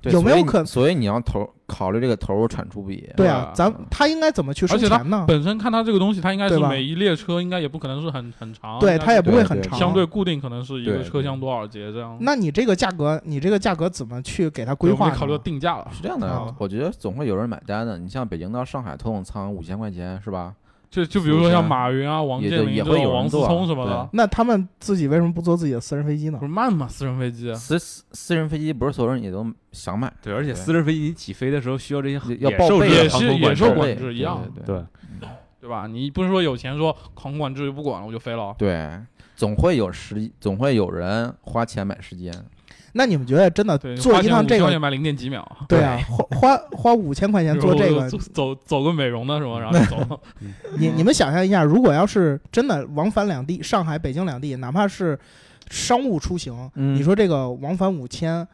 [SPEAKER 4] 对
[SPEAKER 2] 有没有
[SPEAKER 4] 所以你
[SPEAKER 2] 可
[SPEAKER 4] 所以你要投考虑这个投入产出比。
[SPEAKER 2] 对啊
[SPEAKER 5] 哇，
[SPEAKER 2] 咱他应该怎么去收
[SPEAKER 5] 而且它
[SPEAKER 2] 钱呢？
[SPEAKER 5] 本身看它这个东西，它应该是
[SPEAKER 2] 对吧
[SPEAKER 5] 每一列车应该也不可能是很很长，
[SPEAKER 2] 对，
[SPEAKER 5] 应该
[SPEAKER 2] 它也
[SPEAKER 5] 是
[SPEAKER 2] 不会很长。
[SPEAKER 5] 啊相对固定，可能是一个
[SPEAKER 4] 对
[SPEAKER 5] 车厢多少节这样。
[SPEAKER 2] 那你这个价格，你这个价格怎么去给它规
[SPEAKER 5] 对我
[SPEAKER 2] 划
[SPEAKER 5] 们
[SPEAKER 2] 呢？
[SPEAKER 5] 考虑到定价了，
[SPEAKER 4] 是这样的
[SPEAKER 2] 啊
[SPEAKER 4] 啊，我觉得总会有人买单的。你像北京到上海头等舱五千块钱是吧？
[SPEAKER 5] 就就比如说像马云啊、王
[SPEAKER 4] 也
[SPEAKER 5] 健
[SPEAKER 4] 就
[SPEAKER 5] 林
[SPEAKER 4] 也
[SPEAKER 5] 这
[SPEAKER 4] 会
[SPEAKER 5] 种
[SPEAKER 4] 有
[SPEAKER 5] 王
[SPEAKER 4] 人
[SPEAKER 5] 思
[SPEAKER 4] 做啊
[SPEAKER 5] 聪什么的
[SPEAKER 4] 对，
[SPEAKER 2] 那他们自己为什么不坐自己的私人飞机呢
[SPEAKER 5] 不？是慢吗？私人飞机
[SPEAKER 4] 私私私人飞机不是所有人也都想买，
[SPEAKER 3] 对，而且私人飞机起飞的时候需要啊这些
[SPEAKER 4] 要
[SPEAKER 3] 也
[SPEAKER 4] 报
[SPEAKER 3] 受
[SPEAKER 4] 备
[SPEAKER 3] 这
[SPEAKER 4] 的
[SPEAKER 3] 个
[SPEAKER 5] 也
[SPEAKER 3] 航
[SPEAKER 5] 是
[SPEAKER 3] 空
[SPEAKER 5] 也
[SPEAKER 3] 管
[SPEAKER 5] 受
[SPEAKER 3] 制
[SPEAKER 5] 管
[SPEAKER 4] 对
[SPEAKER 5] 制
[SPEAKER 4] 对
[SPEAKER 5] 一样，
[SPEAKER 4] 对
[SPEAKER 3] 对，
[SPEAKER 5] 对吧？你不是说有钱说航空管制就不管了，我就飞了。啊
[SPEAKER 4] 对，总会有时总会有人花钱买时间。
[SPEAKER 2] 那你们觉得真的
[SPEAKER 5] 对，
[SPEAKER 2] 坐
[SPEAKER 5] 花
[SPEAKER 2] 一
[SPEAKER 5] 钱
[SPEAKER 2] 趟
[SPEAKER 5] 五
[SPEAKER 2] 这
[SPEAKER 5] 千块
[SPEAKER 2] 个？
[SPEAKER 5] 钱买零点几秒，
[SPEAKER 2] 对啊，花花花五千块钱
[SPEAKER 5] 就是
[SPEAKER 2] 做
[SPEAKER 5] 我
[SPEAKER 2] 这个
[SPEAKER 5] 走，走走个美容的什 么，然后就走了。
[SPEAKER 4] 嗯
[SPEAKER 2] 你你们想象一下，如果要是真的往返两地，上海、北京两地，哪怕是商务出行，
[SPEAKER 4] 嗯
[SPEAKER 2] 你说这个往返五千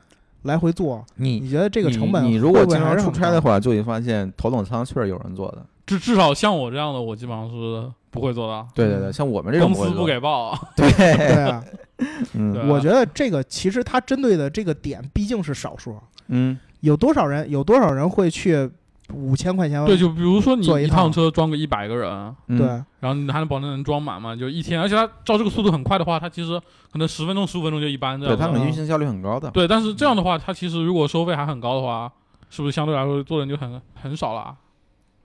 [SPEAKER 2] 来回坐，
[SPEAKER 4] 你
[SPEAKER 2] 你觉得这个成本
[SPEAKER 4] 你你如果
[SPEAKER 2] 会不会
[SPEAKER 4] 经
[SPEAKER 2] 还
[SPEAKER 4] 常
[SPEAKER 2] 是
[SPEAKER 4] 出
[SPEAKER 2] 很
[SPEAKER 4] 差的
[SPEAKER 2] 高，
[SPEAKER 4] 话，就会发现头等舱确实有人坐的。
[SPEAKER 5] 至至少像我这样的，我基本上是不会做到。
[SPEAKER 4] 对对对，像我们这种
[SPEAKER 5] 嗯公司不
[SPEAKER 4] 会
[SPEAKER 5] 给报，
[SPEAKER 2] 嗯
[SPEAKER 4] 坐
[SPEAKER 2] 对
[SPEAKER 4] 对，
[SPEAKER 2] 啊，
[SPEAKER 4] 嗯
[SPEAKER 5] 对
[SPEAKER 2] 我觉得这个其实它针对的这个点毕竟是少数，
[SPEAKER 4] 嗯，
[SPEAKER 2] 有多少人有多少人会去五千块钱？
[SPEAKER 5] 对，就比如说你
[SPEAKER 2] 坐一
[SPEAKER 5] 一
[SPEAKER 2] 趟
[SPEAKER 5] 趟车装个一百个人，
[SPEAKER 4] 嗯
[SPEAKER 2] 对
[SPEAKER 5] 然后你还能保证能装满嘛？就一天，而且它照这个速度很快的话，它其实可能十分钟、十五分钟就一班这
[SPEAKER 4] 对，
[SPEAKER 5] 样
[SPEAKER 4] 他
[SPEAKER 5] 子。
[SPEAKER 4] 们运行效率很高的。
[SPEAKER 5] 对，但是这样的话，它其实如果收费还很高的话，是不是相对来说做的就很很少了啊？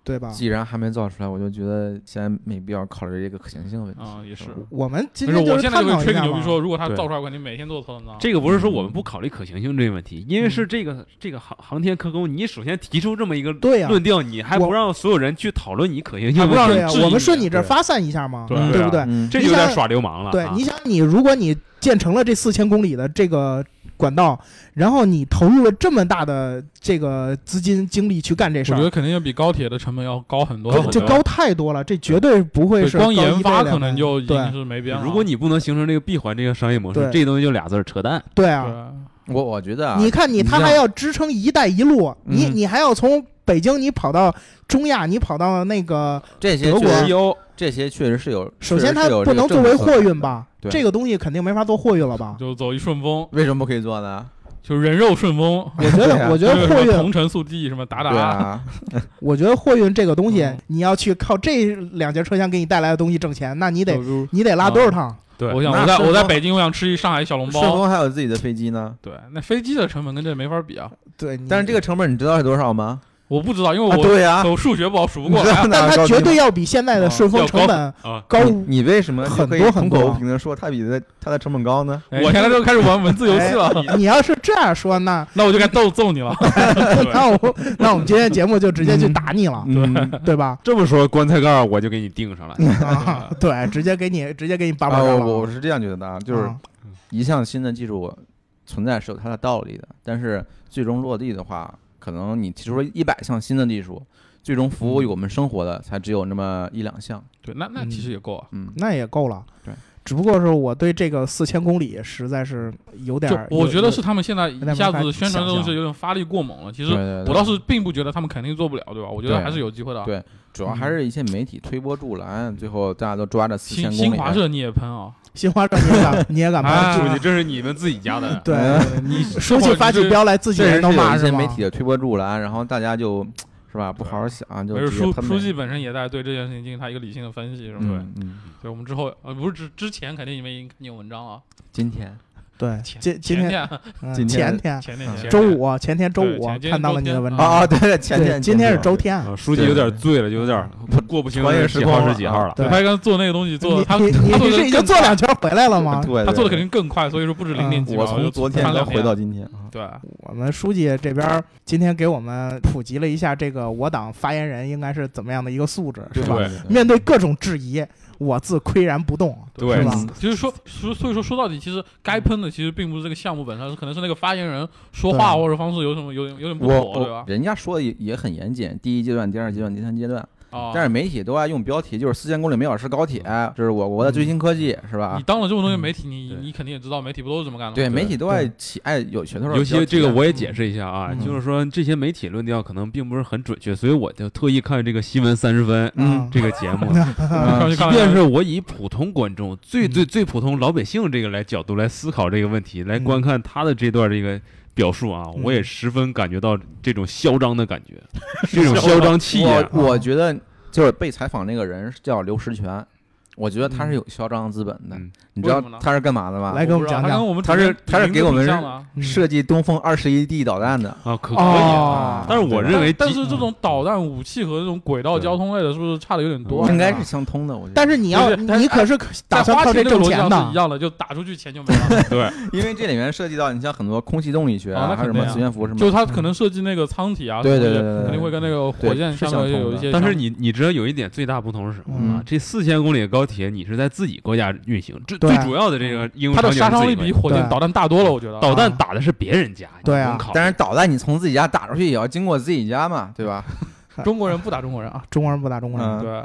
[SPEAKER 2] 对吧？
[SPEAKER 4] 既然还没造出来，我就觉得现在没必要考虑这个可行性问题。
[SPEAKER 5] 啊也是
[SPEAKER 2] 我们今
[SPEAKER 5] 但是
[SPEAKER 2] 天就
[SPEAKER 5] 我现在
[SPEAKER 2] 探
[SPEAKER 5] 就会
[SPEAKER 2] 讨
[SPEAKER 5] 吹
[SPEAKER 2] 一
[SPEAKER 5] 个
[SPEAKER 2] 下
[SPEAKER 5] 牛
[SPEAKER 2] 嘛
[SPEAKER 5] 逼，说，如果它
[SPEAKER 3] 对
[SPEAKER 5] 造出来，我肯定每天做特能脏。
[SPEAKER 3] 这个不是说我们不考虑可行性这个问题，因为是这个这个航航天科工，你首先提出这么一个
[SPEAKER 2] 对呀、啊
[SPEAKER 3] 论调，你还
[SPEAKER 2] 我
[SPEAKER 3] 不让所有人去讨论你可行性
[SPEAKER 5] 还不
[SPEAKER 3] 问
[SPEAKER 5] 让
[SPEAKER 3] 题，
[SPEAKER 2] 对
[SPEAKER 5] 人
[SPEAKER 2] 呀、
[SPEAKER 5] 质疑
[SPEAKER 2] 我们
[SPEAKER 5] 你
[SPEAKER 2] 顺你这儿
[SPEAKER 5] 对
[SPEAKER 2] 发散一下嘛，
[SPEAKER 5] 对
[SPEAKER 2] 嗯
[SPEAKER 3] 对啊
[SPEAKER 2] 不对？
[SPEAKER 4] 嗯，
[SPEAKER 3] 这
[SPEAKER 2] 你
[SPEAKER 3] 有
[SPEAKER 2] 想
[SPEAKER 3] 点
[SPEAKER 2] 想
[SPEAKER 3] 耍流氓了。
[SPEAKER 2] 对
[SPEAKER 3] 啊，
[SPEAKER 2] 你想你如果你建成了这四千公里的这个管道，然后你投入了这么大的这个资金精力去干这事
[SPEAKER 5] 我觉得
[SPEAKER 2] 儿，
[SPEAKER 5] 肯定要比高铁的成本要高很多
[SPEAKER 3] 高，
[SPEAKER 2] 就高太多了，这绝对不会
[SPEAKER 5] 对
[SPEAKER 2] 是
[SPEAKER 5] 光
[SPEAKER 2] 高
[SPEAKER 5] 研
[SPEAKER 2] 一
[SPEAKER 5] 发
[SPEAKER 2] 倍两
[SPEAKER 5] 可能
[SPEAKER 2] 倍
[SPEAKER 5] 就已经
[SPEAKER 2] 对
[SPEAKER 5] 是没边了。
[SPEAKER 3] 如果你不能形成这个闭环这个商业模式
[SPEAKER 2] 对，
[SPEAKER 3] 这东西就俩字儿扯淡。
[SPEAKER 2] 对
[SPEAKER 5] 对
[SPEAKER 2] 啊。
[SPEAKER 4] 我我觉得啊，
[SPEAKER 2] 你看你
[SPEAKER 4] 你
[SPEAKER 2] 他
[SPEAKER 4] 像
[SPEAKER 2] 还要支撑“一带一路”，你
[SPEAKER 4] 嗯
[SPEAKER 2] 你还要从北京你跑到中亚，你跑到那个，
[SPEAKER 4] 这些
[SPEAKER 2] 德
[SPEAKER 4] 确
[SPEAKER 2] 国
[SPEAKER 5] E
[SPEAKER 4] 实
[SPEAKER 3] 幺
[SPEAKER 4] 这些确实是有，
[SPEAKER 2] 首
[SPEAKER 4] 确
[SPEAKER 2] 先
[SPEAKER 4] 实
[SPEAKER 2] 它
[SPEAKER 4] 是有
[SPEAKER 2] 不
[SPEAKER 4] 这个
[SPEAKER 2] 能作
[SPEAKER 4] 政
[SPEAKER 2] 为
[SPEAKER 4] 策
[SPEAKER 2] 货运吧？
[SPEAKER 4] 对
[SPEAKER 2] 这个东西肯定没法做货运了吧？
[SPEAKER 5] 就走一顺风，
[SPEAKER 4] 为什么不可以做呢？
[SPEAKER 5] 就人肉顺 风，
[SPEAKER 2] 我觉
[SPEAKER 4] 对
[SPEAKER 2] 得，
[SPEAKER 4] 啊
[SPEAKER 2] 我觉
[SPEAKER 5] 就
[SPEAKER 2] 得
[SPEAKER 5] 是什
[SPEAKER 2] 货
[SPEAKER 5] 么
[SPEAKER 2] 运
[SPEAKER 5] 同城速递什么达达，
[SPEAKER 4] 对 啊，
[SPEAKER 2] 我觉得货运这个东西
[SPEAKER 5] 嗯，
[SPEAKER 2] 你要去靠这两节车厢给你带来的东西挣钱，那你得
[SPEAKER 5] 就就
[SPEAKER 2] 你得拉多少趟？
[SPEAKER 4] 啊
[SPEAKER 3] 对
[SPEAKER 5] 我想
[SPEAKER 4] 那
[SPEAKER 5] 我在
[SPEAKER 4] 顺
[SPEAKER 5] 我在
[SPEAKER 4] 丰
[SPEAKER 5] 北京，我想吃一上海小笼
[SPEAKER 4] 顺
[SPEAKER 5] 包。
[SPEAKER 4] 丰还有自己的飞机呢，
[SPEAKER 5] 对，那飞机的成本跟这没法比啊！
[SPEAKER 2] 对，你
[SPEAKER 4] 但是这个成本你知道是多少吗？
[SPEAKER 5] 我不知道，因为
[SPEAKER 4] 啊，
[SPEAKER 5] 我、
[SPEAKER 4] 对呀，
[SPEAKER 5] 我数学不好，数不
[SPEAKER 4] 你
[SPEAKER 5] 过
[SPEAKER 4] 知
[SPEAKER 5] 来
[SPEAKER 4] 道
[SPEAKER 5] 啊。
[SPEAKER 4] 哪
[SPEAKER 2] 但
[SPEAKER 4] 儿
[SPEAKER 2] 它
[SPEAKER 4] 高级
[SPEAKER 2] 绝
[SPEAKER 4] 吗
[SPEAKER 2] 对要比现在的
[SPEAKER 5] 啊嗯
[SPEAKER 2] 顺丰
[SPEAKER 5] 要
[SPEAKER 2] 成
[SPEAKER 5] 高
[SPEAKER 2] 本
[SPEAKER 3] 啊，
[SPEAKER 2] 高
[SPEAKER 4] 你你为什么就
[SPEAKER 2] 很
[SPEAKER 4] 可以
[SPEAKER 2] 多很
[SPEAKER 4] 空口
[SPEAKER 2] 多
[SPEAKER 4] 无凭的说它比它它的成本高呢？
[SPEAKER 5] 我现在就开始玩文字游戏了，
[SPEAKER 2] 哎你要是这样说， 那
[SPEAKER 5] 那我就该揍 揍你了。
[SPEAKER 2] 那我那我们今天节目就直接去打你了，
[SPEAKER 4] 嗯，
[SPEAKER 2] 对 吧？
[SPEAKER 3] 这么说棺材盖儿我就给你钉上了。
[SPEAKER 2] 啊，对，直接给你直接给你扒
[SPEAKER 4] 啊，
[SPEAKER 2] 扒
[SPEAKER 4] 我
[SPEAKER 2] 了。
[SPEAKER 4] 我我是这样觉得的啊，就是
[SPEAKER 2] 啊
[SPEAKER 4] 一项新的技术存在是有它的道理的，但是最终落地的话，可能你提出了一百项新的技术，最终服
[SPEAKER 5] 嗯
[SPEAKER 4] 务于我们生活的才只有那么一两项。
[SPEAKER 5] 对，那那其实也够啊。
[SPEAKER 4] 嗯，
[SPEAKER 2] 那也够了。
[SPEAKER 4] 对，
[SPEAKER 2] 只不过是我对这个四千公里实在是有点
[SPEAKER 5] 就
[SPEAKER 2] 儿，
[SPEAKER 5] 我
[SPEAKER 2] 有
[SPEAKER 5] 觉得
[SPEAKER 2] 嗯有
[SPEAKER 5] 是他们现在一
[SPEAKER 2] 点
[SPEAKER 5] 下
[SPEAKER 2] 没法
[SPEAKER 5] 子宣传的东
[SPEAKER 2] 想象
[SPEAKER 5] 西有点发力过猛了。其
[SPEAKER 4] 对
[SPEAKER 5] 实
[SPEAKER 4] 对
[SPEAKER 5] 我
[SPEAKER 4] 对
[SPEAKER 5] 倒是并不觉得他们肯定做不了，对吧？我觉得
[SPEAKER 4] 对
[SPEAKER 5] 还是有机会的啊。
[SPEAKER 4] 对主要还是一些媒体推波助澜，最后大家都抓着四千公
[SPEAKER 5] 新
[SPEAKER 4] 里。
[SPEAKER 5] 新华社你也喷啊？
[SPEAKER 2] 新华社你也 敢你也敢
[SPEAKER 5] 啊
[SPEAKER 2] 拍？
[SPEAKER 3] 出去这是你们自己家 的，
[SPEAKER 2] 对，
[SPEAKER 4] 嗯
[SPEAKER 5] 你
[SPEAKER 2] 说起发起标来，自己
[SPEAKER 4] 确实
[SPEAKER 2] 人都
[SPEAKER 4] 是有
[SPEAKER 2] 骂
[SPEAKER 4] 一
[SPEAKER 2] 是
[SPEAKER 4] 些
[SPEAKER 2] 吗
[SPEAKER 4] 媒？体的推波助澜，然后大家就是吧，不好好想，就
[SPEAKER 5] 没事，
[SPEAKER 4] 直接
[SPEAKER 5] 书
[SPEAKER 4] 喷
[SPEAKER 5] 书
[SPEAKER 4] 呗
[SPEAKER 5] 记本身也在对这件事情进行他一个理性的分析，是吧？
[SPEAKER 4] 嗯嗯，
[SPEAKER 5] 对，我们之后呃不是之之前肯定你们已经看见文章了，
[SPEAKER 4] 今天
[SPEAKER 2] 对，
[SPEAKER 5] 前
[SPEAKER 2] 今今天
[SPEAKER 5] 前天
[SPEAKER 2] 嗯
[SPEAKER 4] 今天
[SPEAKER 2] 前天
[SPEAKER 5] 前天
[SPEAKER 4] 嗯
[SPEAKER 5] 前
[SPEAKER 2] 周
[SPEAKER 5] 天
[SPEAKER 2] 五啊前天周
[SPEAKER 5] 对
[SPEAKER 2] 五啊
[SPEAKER 5] 前天
[SPEAKER 2] 看到了你的
[SPEAKER 5] 周
[SPEAKER 2] 文
[SPEAKER 5] 天
[SPEAKER 2] 章
[SPEAKER 4] 啊，啊对对，前
[SPEAKER 2] 对，
[SPEAKER 4] 天
[SPEAKER 2] 今天是周
[SPEAKER 4] 周
[SPEAKER 2] 天。
[SPEAKER 3] 啊书记有点醉了，就有点
[SPEAKER 4] 不
[SPEAKER 3] 过不清
[SPEAKER 4] 穿越时
[SPEAKER 3] 几号
[SPEAKER 4] 空
[SPEAKER 3] 是
[SPEAKER 4] 了
[SPEAKER 3] 几
[SPEAKER 4] 啊
[SPEAKER 3] 号了。
[SPEAKER 2] 对
[SPEAKER 5] 他刚做那个东西做
[SPEAKER 2] 你
[SPEAKER 5] 的，啊他
[SPEAKER 2] 你
[SPEAKER 5] 他
[SPEAKER 2] 你
[SPEAKER 5] 做
[SPEAKER 2] 你
[SPEAKER 5] 的
[SPEAKER 2] 是已经做两圈回来了吗？
[SPEAKER 4] 对，
[SPEAKER 5] 他做的肯
[SPEAKER 4] 定。
[SPEAKER 5] 定更快，所以说不止
[SPEAKER 2] 嗯
[SPEAKER 5] 零点几秒，
[SPEAKER 4] 我从
[SPEAKER 5] 就
[SPEAKER 4] 昨天
[SPEAKER 5] 翻
[SPEAKER 4] 刚
[SPEAKER 5] 两
[SPEAKER 4] 回
[SPEAKER 5] 天
[SPEAKER 4] 到今天啊，
[SPEAKER 5] 对，
[SPEAKER 2] 我们书记这边儿今天给我们普及了一下这个我党发言人应该是怎么样的一个素质，是
[SPEAKER 4] 对
[SPEAKER 2] 吧？
[SPEAKER 3] 对
[SPEAKER 2] 面对各种质疑，我自岿然不动，
[SPEAKER 3] 对
[SPEAKER 2] 是吧？
[SPEAKER 4] 嗯
[SPEAKER 5] 就是说，所所以说说到底，其实该喷的其实并不是这个项目本身，可能是那个发言人说话
[SPEAKER 2] 对
[SPEAKER 5] 或者方式有什么有点有点不
[SPEAKER 4] 我
[SPEAKER 5] 妥，对
[SPEAKER 4] 我
[SPEAKER 5] 吧？
[SPEAKER 4] 人家说的也也很严谨，第一阶段、第二阶段、第三阶段，
[SPEAKER 5] 啊，嗯
[SPEAKER 4] 但是媒体都爱用标题，就是四千公里每小时高铁，这是我国的最新科技，是吧
[SPEAKER 5] 你？当了这种东西，
[SPEAKER 2] 嗯
[SPEAKER 5] 媒体你
[SPEAKER 4] 对
[SPEAKER 5] 你肯定也知道，媒体不都是这么干的吗？
[SPEAKER 4] 对，媒体都爱
[SPEAKER 2] 对
[SPEAKER 4] 起爱有噱头的标
[SPEAKER 3] 尤
[SPEAKER 4] 题，
[SPEAKER 3] 其这个我也解释一下啊，
[SPEAKER 2] 嗯
[SPEAKER 3] 就是说这些媒体论调可能并不是很准确，所以我就特意看这个新闻三十分
[SPEAKER 2] 嗯
[SPEAKER 3] 这个节目，
[SPEAKER 5] 上
[SPEAKER 4] 嗯
[SPEAKER 5] 去
[SPEAKER 3] 即
[SPEAKER 5] 看了
[SPEAKER 3] 便是我以普通观众、最最最普通老百姓这个来角度来思考这个问题，来
[SPEAKER 2] 嗯
[SPEAKER 3] 观看他的这段这个表述啊，
[SPEAKER 2] 嗯
[SPEAKER 3] 我也十分感觉到这种嚣张的感觉，这种嚣张气焰
[SPEAKER 4] 我
[SPEAKER 5] 啊
[SPEAKER 4] 我觉得就是被采访那个人是叫刘石泉，我觉得他是有嚣张资本的。
[SPEAKER 3] 嗯
[SPEAKER 4] 你知道
[SPEAKER 5] 嗯为什么呢
[SPEAKER 4] 他是干嘛的吗？
[SPEAKER 2] 来给我
[SPEAKER 5] 我
[SPEAKER 2] 们
[SPEAKER 5] 不知
[SPEAKER 2] 讲
[SPEAKER 5] 道他
[SPEAKER 2] 讲
[SPEAKER 5] 跟。我们
[SPEAKER 4] 他是
[SPEAKER 5] 主
[SPEAKER 4] 他是
[SPEAKER 5] 名
[SPEAKER 4] 给
[SPEAKER 5] 字
[SPEAKER 4] 我
[SPEAKER 5] 挺
[SPEAKER 4] 们
[SPEAKER 5] 像的啊
[SPEAKER 2] 嗯
[SPEAKER 4] 设计东风二十一 D 导弹的，
[SPEAKER 3] 啊，可可以
[SPEAKER 2] 哦
[SPEAKER 3] 啊。但是我认为
[SPEAKER 5] 但但
[SPEAKER 3] 即
[SPEAKER 5] 是这种导弹武器和这种轨道
[SPEAKER 3] 对
[SPEAKER 5] 交通类的，是不是差的有点多？啊
[SPEAKER 4] 应该是相通的。我觉得，
[SPEAKER 2] 但是你要
[SPEAKER 5] 对对但是
[SPEAKER 2] 你可是打
[SPEAKER 5] 在
[SPEAKER 2] 算
[SPEAKER 5] 花
[SPEAKER 2] 靠
[SPEAKER 5] 钱
[SPEAKER 2] 这
[SPEAKER 5] 这
[SPEAKER 2] 挣
[SPEAKER 5] 个逻辑
[SPEAKER 2] 钱
[SPEAKER 5] 上是一
[SPEAKER 2] 的，
[SPEAKER 5] 样的，就打出去钱就没 了。
[SPEAKER 3] 对，
[SPEAKER 4] 因为这里面涉及到你像很多空气动力学
[SPEAKER 5] 哦那
[SPEAKER 4] 还有什
[SPEAKER 5] 肯定
[SPEAKER 4] 么
[SPEAKER 5] 啊
[SPEAKER 4] 磁悬浮什么，
[SPEAKER 5] 就他可能设计那个舱体啊，
[SPEAKER 4] 对
[SPEAKER 5] 什么的
[SPEAKER 4] 对对对对
[SPEAKER 5] 肯定会跟那个火
[SPEAKER 4] 对
[SPEAKER 5] 箭
[SPEAKER 4] 是
[SPEAKER 5] 上面
[SPEAKER 4] 相通
[SPEAKER 5] 有一
[SPEAKER 4] 的
[SPEAKER 5] 些像。
[SPEAKER 3] 但是你你知道有一点最大不同是什么吗？
[SPEAKER 2] 嗯
[SPEAKER 3] 这四千公里的高铁你是在自己国家运行，最
[SPEAKER 2] 对
[SPEAKER 3] 最主要的这个应用
[SPEAKER 5] 它的
[SPEAKER 3] 场景
[SPEAKER 5] 杀
[SPEAKER 3] 是
[SPEAKER 5] 伤
[SPEAKER 3] 自己
[SPEAKER 5] 力
[SPEAKER 3] 国家
[SPEAKER 5] 比火箭
[SPEAKER 2] 对
[SPEAKER 5] 导弹大多了，我觉得。
[SPEAKER 3] 导弹打的是别人家，
[SPEAKER 2] 对啊
[SPEAKER 3] 你不用考虑
[SPEAKER 4] 但是导弹你从自己家打出去也要经过自己家嘛，对吧？
[SPEAKER 5] 中国人不打中国人啊，
[SPEAKER 2] 中国人不打中国人
[SPEAKER 4] 嗯。
[SPEAKER 5] 对，